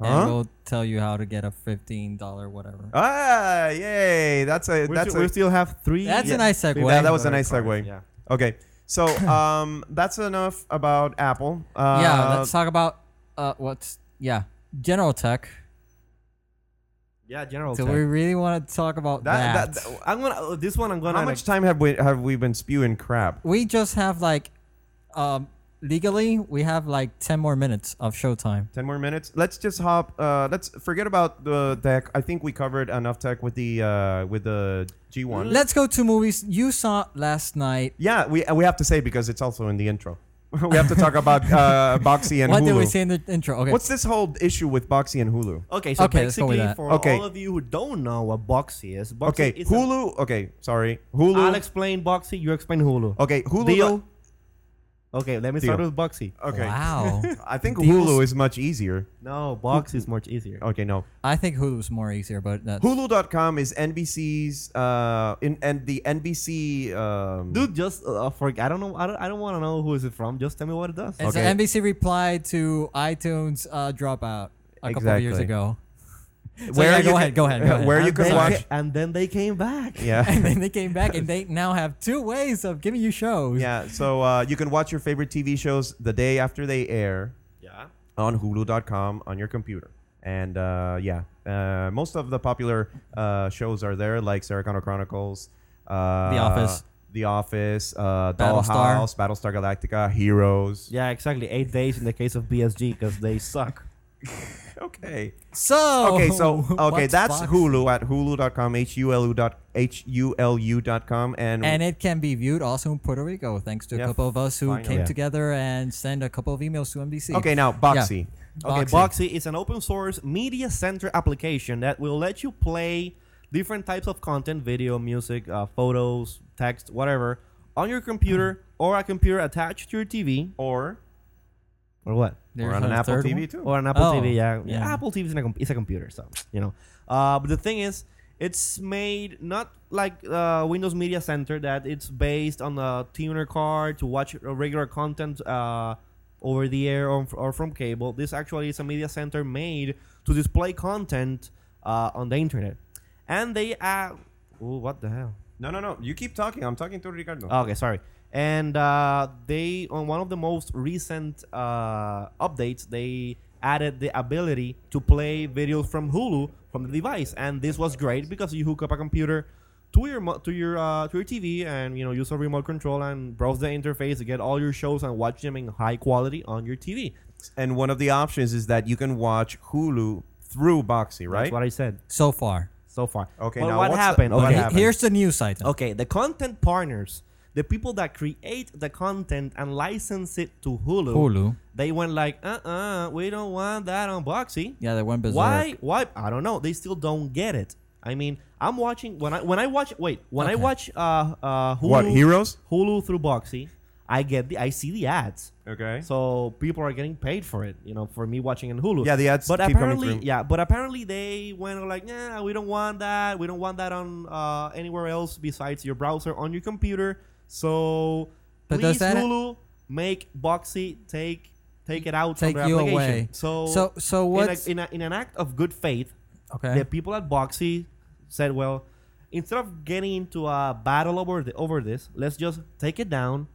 Huh?
and we'll tell you how to get a fifteen dollar whatever.
Ah, yay! That's a
we,
that's
still, we
a,
still have three.
That's a nice segue.
Yeah, that was a
Other
nice
cards,
segue.
yeah.
Okay, so um, that's enough about Apple. Uh,
yeah, let's talk about uh, what's yeah general tech.
yeah, general.
Do
tech.
we really want to talk about that?
that, that,
I'm gonna uh, this one. I'm gonna
how much time have we have we been spewing crap?
we just have like, um, legally we have like ten more minutes of showtime.
Ten more minutes. Let's just hop. Uh, let's forget about the tech. I think we covered enough tech with the uh, with the G one.
Let's go to movies you saw last night.
yeah, we we have to say because it's also in the intro. we have to talk about uh, Boxy and
what
Hulu.
did we say in the intro? Okay,
What's this whole issue with Boxy and Hulu?
Okay, so
Okay, let's go
basically,
with that.
for
Okay.
all of you who don't know what Boxy is, Boxy
Okay,
is a-
Hulu. Okay, sorry, Hulu.
I'll explain Boxy. You explain Hulu.
okay, Hulu.
Deal. Okay, let me start
Deal.
with Boxy.
Okay.
wow.
I think
Deals-
Hulu is much easier.
No, Box is much easier.
Okay, no.
I think Hulu's more easier, but that's
Hulu.com is NBC's uh in and the NBC um
Dude, just uh, for I don't know. I don't. I don't want to know who is it from. Just tell me what it does.
It's
Okay.
an NBC reply to iTunes uh, dropout a couple of years
Exactly.
ago. So
Where
yeah,
you
go,
can-
ahead, go ahead, go ahead.
where
and
you can
then,
watch-
and then they came back.
yeah.
and then they came back, and they now have two ways of giving you shows.
yeah, so uh, you can watch your favorite TV shows the day after they air
yeah.
on Hulu.com on your computer. And uh, yeah, uh, most of the popular uh, shows are there, like Sarah Connor Chronicles, uh,
The Office.
The Office, uh,
Battlestar.
Dollhouse, Battlestar Galactica, Heroes.
Yeah, exactly. Eight days in the case of BSG because they suck.
Okay.
So
Okay, so okay,
what's
that's
Oh, Fox?
Hulu at hulu.com, h u l u dot h u l u dot com, and,
And it can be viewed also in Puerto Rico, thanks to a
Yeah,
couple of us who
finally.
came
Yeah.
together and sent a couple of emails to NBC.
okay, now Boxy.
Okay,
Boxy.
Boxy is an open source media center application that will let you play different types of content video, music, uh, photos, text, whatever on your computer or a computer attached to your TV
Or
or what?
There's
or on an
a
Apple
third
TV
one?
too.
or an Apple
Oh,
TV. Yeah,
yeah.
Yeah, Apple TV is, in a com- is a computer, so you know. Uh, but the thing is, it's made not like uh, Windows Media Center that it's based on a tuner card to watch uh, regular content uh, over the air or, or from cable. This actually is a media center made to display content uh, on the internet, and they uh, ooh, what the hell?
no, no, no. You keep talking. I'm talking to Ricardo.
Okay, sorry. And uh, they, on one of the most recent uh, updates, they added the ability to play videos from Hulu from the device, and this was great because you hook up a computer to your mo- to your uh, to your TV, and you know use a remote control and browse the interface to get all your shows and watch them in high quality on your TV.
and one of the options is that you can watch Hulu through Boxy, right?
That's what I said
So far,
so far.
Okay,
But
now
what
what's the-
happened?
what
okay,
He-
happened?
here's the news item.
Okay, the content partners, the people that create the content and license it to Hulu,
Hulu.
they went like, uh uh we don't want that on Boxy.
Yeah, they went berserk.
Why? Why? I don't know. They still don't get it. I mean, I'm watching when I when I watch. Wait, when I
Okay.
watch uh uh Hulu,
What, Heroes?
Hulu through Boxy, I get the I see the ads.
okay.
So people are getting paid for it, you know, for me watching in Hulu.
Yeah, the ads
But
keep coming
apparently,
through.
yeah, but apparently they went like, nah, we don't want that. We don't want that on uh, anywhere else besides your browser on your computer. So
But does
please,
that-
Hulu, make Boxy take take it out
Take
from the
you
application.
away.
So
So- so
in a-
what's-
in, a, in an act of good faith,
Okay.
the people at Boxy said, well, instead of getting into a battle over the, over this, let's just take it down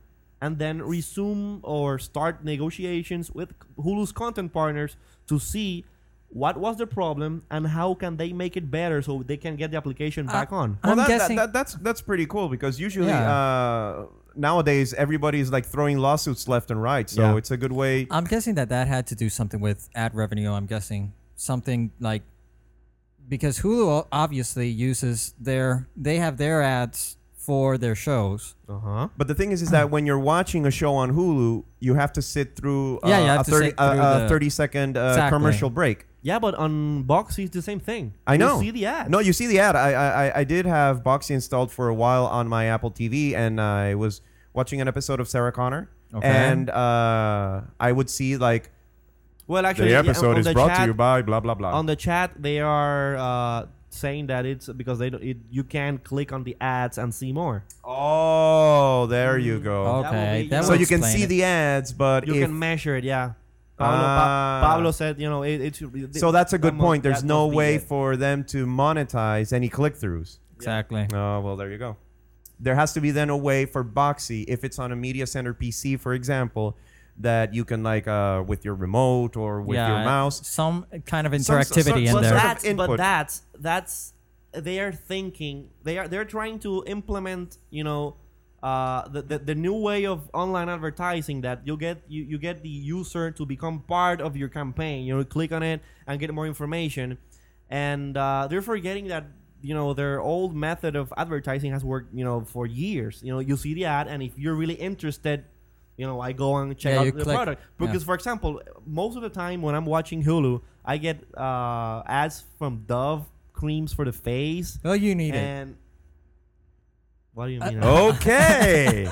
and then resume or start negotiations with Hulu's content partners to see what was the problem and how can they make it better so they can get the application back on.
Well,
I'm
that, that-
guessing-
that, that's that's pretty cool because usually
Yeah.
uh, nowadays everybody's like throwing lawsuits left and right. So
Yeah.
it's a good way.
I'm guessing that that had to do something with ad revenue. I'm guessing something like because Hulu o- obviously uses their they have their ads for their shows.
Oh.
Uh
Uh-huh.
huh.
But the thing is, is that when you're watching a show on Hulu, you have to sit through uh,
Yeah, you have
a
to
30,
sit through
a, a
the-
30 second uh,
Exactly.
commercial break.
Yeah, but on Box it's the same thing.
I know.
You see the ad.
No, you see the ad. I, I I- I did have Boxy installed for a while on my Apple TV, and I was watching an episode of Sarah Connor,
Okay.
and uh, I would see like
Well, actually,
the
yeah,
episode
on
is
the
brought to
chat-
you by blah blah blah.
on the chat they are uh, saying that it's because they don't, it, you can click on the ads and see more.
oh, there you
Oh,
go.
that
Okay,
would be-
that
so
would
you can
explain
see
it.
the ads, but
You
if-
can measure it. Yeah. Pablo,
Ah.
pa- Pablo said, you know, it, it's
so that's a good point. There's no way
for
for them to monetize any click throughs.
exactly.
Oh well, there you go. There has to be then a way for Boxy, if it's on a media center PC, for example, that you can like uh, with your remote or with your mouse.
Some kind of
Some- some-
interactivity
some
in there.
sort of
that's but
input.
that's that's they are thinking they are they're trying to implement you know uh, the, the the new way of online advertising that you get you, you get the user to become part of your campaign you know click on it and get more information and uh, they're forgetting that you know their old method of advertising has worked you know for years you know you see the ad and if you're really interested you know I go and check
Yeah, you
out the
click.
product
Yeah.
because for example, most of the time when I'm watching Hulu, I get uh, ads from Dove creams for the face
Well, you need it.
and. What
Uh,
do you mean?
oh, Okay.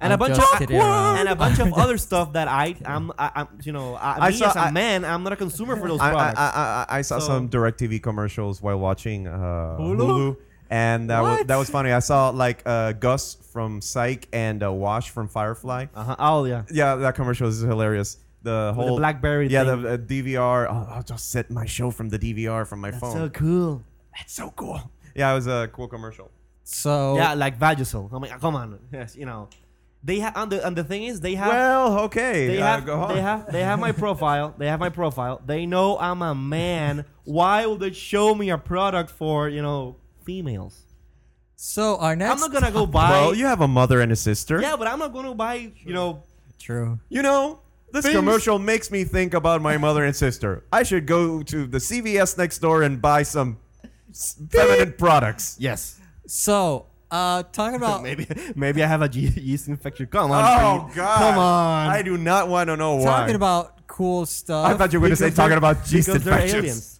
and a
I'm
bunch
just
of
kidding around.
and a bunch of other stuff that I I'm I, I'm you know I,
I
me
saw-
as a
I-
man I'm not a consumer for those
I, I,
products.
I, I I saw
So-
some DirecTV commercials while watching uh, Hulu?
Hulu?
and that was,
What?
that was funny. I saw like uh, Gus from Psych and uh, Wash from Firefly.
uh-huh. Oh yeah,
Yeah, that commercial is hilarious. The
With the
whole
BlackBerry
Yeah,
thing.
the uh, DVR. Oh, I'll just set my show from the DVR from my
that's
phone.
so cool.
That's so cool. Yeah, it was a cool commercial. Oh.
so
Yeah, like Vagisil. I mean, come on, yes, you know, they have and the, and the thing is they have
well, okay.
They
uh,
have,
go on.
they have, they have my profile. They have my profile. They know I'm a man. Why would they show me a product for you know females?
so our next
I'm not gonna go buy.
well, you have a mother and a sister.
yeah, but I'm not gonna buy. You know,
true.
You know, this
Things-
commercial makes me think about my mother and sister. I should go to the CVS next door and buy some s- feminine products.
yes.
So uh talking about
Maybe, maybe I have a ye- yeast infection. Come on,
Oh
Creed.
God!
come on.
I do not want to know why.
talking about cool stuff.
I thought you were going to
Because
say
they're-
talking about yeast
because they're
infections.
aliens.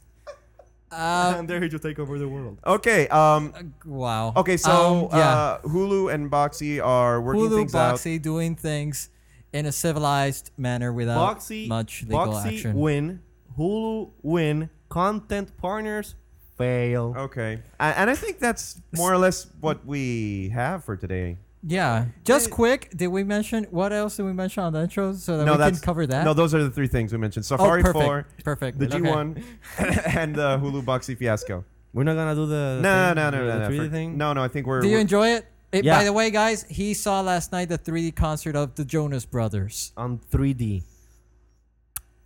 Uh,
and they're here to take over the world.
Okay. Um.
wow.
Okay. So
Um, yeah.
uh, Hulu and Boxy are working
Hulu
things
Boxy doing things in a civilized manner without
Boxy,
uh, much legal
Boxy
action.
win. Hulu win. Content partners fail.
out. Okay. A- And I think that's more or less what we have for today.
yeah.
Eh.
Just quick, did we mention what else did we mention on the intro so that we can cover that?
No, those are the three things we mentioned:
oh,
Safari
perfect.
Four,
perfect.
the
Okay.
G1, and the Hulu Boxy fiasco.
We're not gonna do the
No,
thing,
no, no,
the-
no,
the
no.
3D
for-
thing.
No, no. I think we're.
Do you
we're-
enjoy it? It-
Yeah.
By the way, guys, he saw last night the 3D concert of the Jonas Brothers.
on 3D.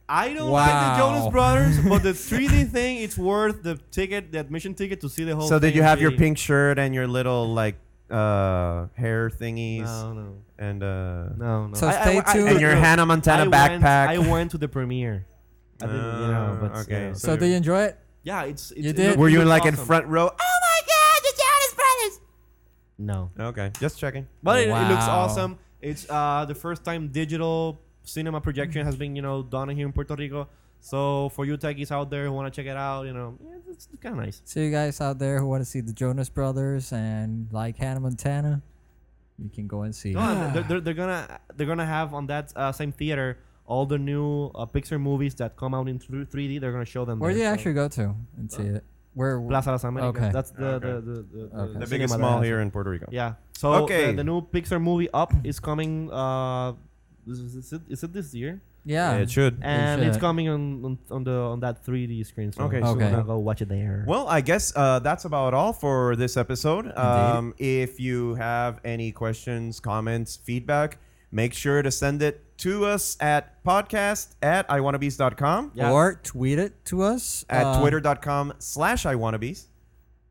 I don't like the
Wow.
Jonas Brothers, but the 3D thing, it's worth the ticket, the admission ticket to see the whole
so did
thing
you have your
3D.
pink shirt and your little like uh hair thingies
No, no.
and uh
No, no.
So stay tuned.
and your
no.
Hannah Montana
I went-
backpack?
I went to the premiere. I didn't, you know,
Uh,
but
okay.
yeah.
So
So
do you enjoy it?
yeah, it's, it's
You
it
did?
looked-
Were
it
you in
looked
like in
awesome.
front row?
No.
Okay, just checking.
But it, it looks
Wow.
awesome. It's uh, the first time digital cinema projection has been, you know, done here in Puerto Rico. So for you techies out there who want to check it out, you know, yeah, it's, it's kind of nice.
So you guys out there who want to see the Jonas Brothers and like Hannah Montana, you can go and see.
No, and they're, they're, they're gonna they're gonna have on that uh, same theater all the new uh, Pixar movies that come out in thr- 3D. They're gonna show them.
Where do
there,
you
so.
actually go to and
Uh,
see it? Where?
Plaza Las Americas.
Okay.
That's the
Okay.
the, the, the,
Okay.
the
The
cinema
biggest
that
mall
has
here
it.
in Puerto Rico.
Yeah. So
Okay.
the, the new Pixar movie Up is coming. Uh, is, is it is it this year?
Yeah.
it should.
And it's
should.
coming on, on on the on that 3D screen. So
Okay,
so
Okay.
gonna go watch it there.
Well, I guess uh, that's about all for this episode. Um, if you have any questions, comments, feedback, make sure to send it to us at podcast at iwannabees.com,
Yeah.
Or tweet it to us
at
uh,
twitter.com slash iwannabees.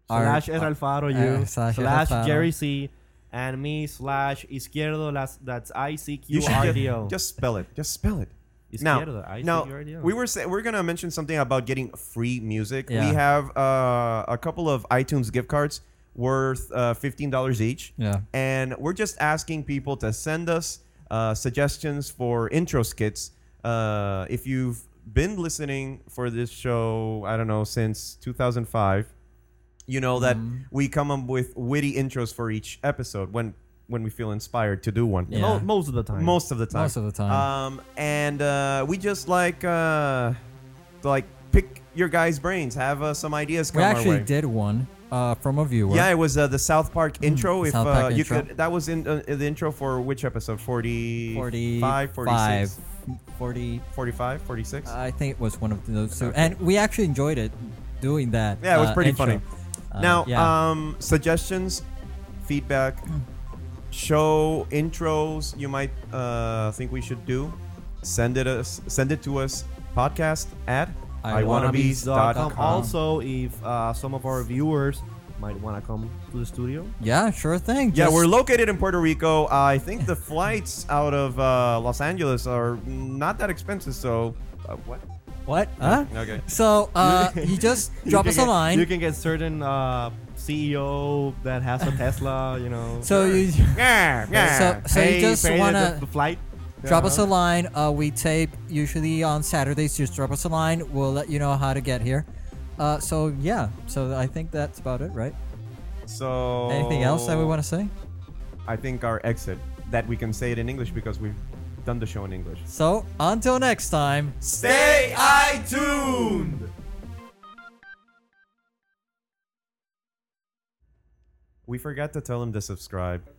our-
slash El Alfaro
uh,
you
slash
slash,
El Alfaro.
Jerry C and me slash Izquierdo las, that's I C
You
Q
should
R
ju-
D
just,
O.
spell it. Just spell it.
Izquierdo, I
now
C Q R D O.
we were say, we're gonna mention something about getting free music.
Yeah.
We have uh, a couple of iTunes gift cards worth uh, fifteen dollars each.
Yeah.
and we're just asking people to send us uh, suggestions for intro skits. Uh, if you've been listening for this show, I don't know since two thousand five you know that
Mm-hmm.
we come up with witty intros for each episode when when we feel inspired to do one
Yeah.
Mo- most of the time.
most of the time
Most of the time.
um and uh we just like uh to, like pick your guys brains have uh, some ideas come
we
our
actually
way
did one uh, from a viewer.
yeah it was uh, the south park intro if
Mm, South
uh,
Park
you
intro.
could that was in uh, the intro for which episode 40
45,
46
40
45 46
I think it was one of those two. And we actually enjoyed it doing that.
yeah it was
uh,
pretty
intro.
funny
Uh,
now
yeah. Hmm.
um suggestions feedback show intros you might uh think we should do send it us send it to us podcast at
Um,
iwannabees.com
also, if uh, some of our viewers might want to come to the studio,
yeah, sure thing.
yeah
Just-
we're located in puerto rico i think the flights out of uh los angeles are not that expensive so uh, what
What? Huh?
okay
So uh, you just
you
drop
can
us a
get-
line.
You can get certain uh, CEO that has a Tesla. You know,
so you
yeah yeah
So- so you
pay-
just
pay the-
wanna-
the flight.
drop us a line. Uh, we tape usually on Saturdays. Just drop us a line. We'll let you know how to get here. Uh, so yeah. So I think that's about it, right?
so
Anything else that we
Oh.
want to say?
i think our exit that we can say it in english because we've done the show in english
So until next time.
Stay iTuned! We forgot to tell him to subscribe.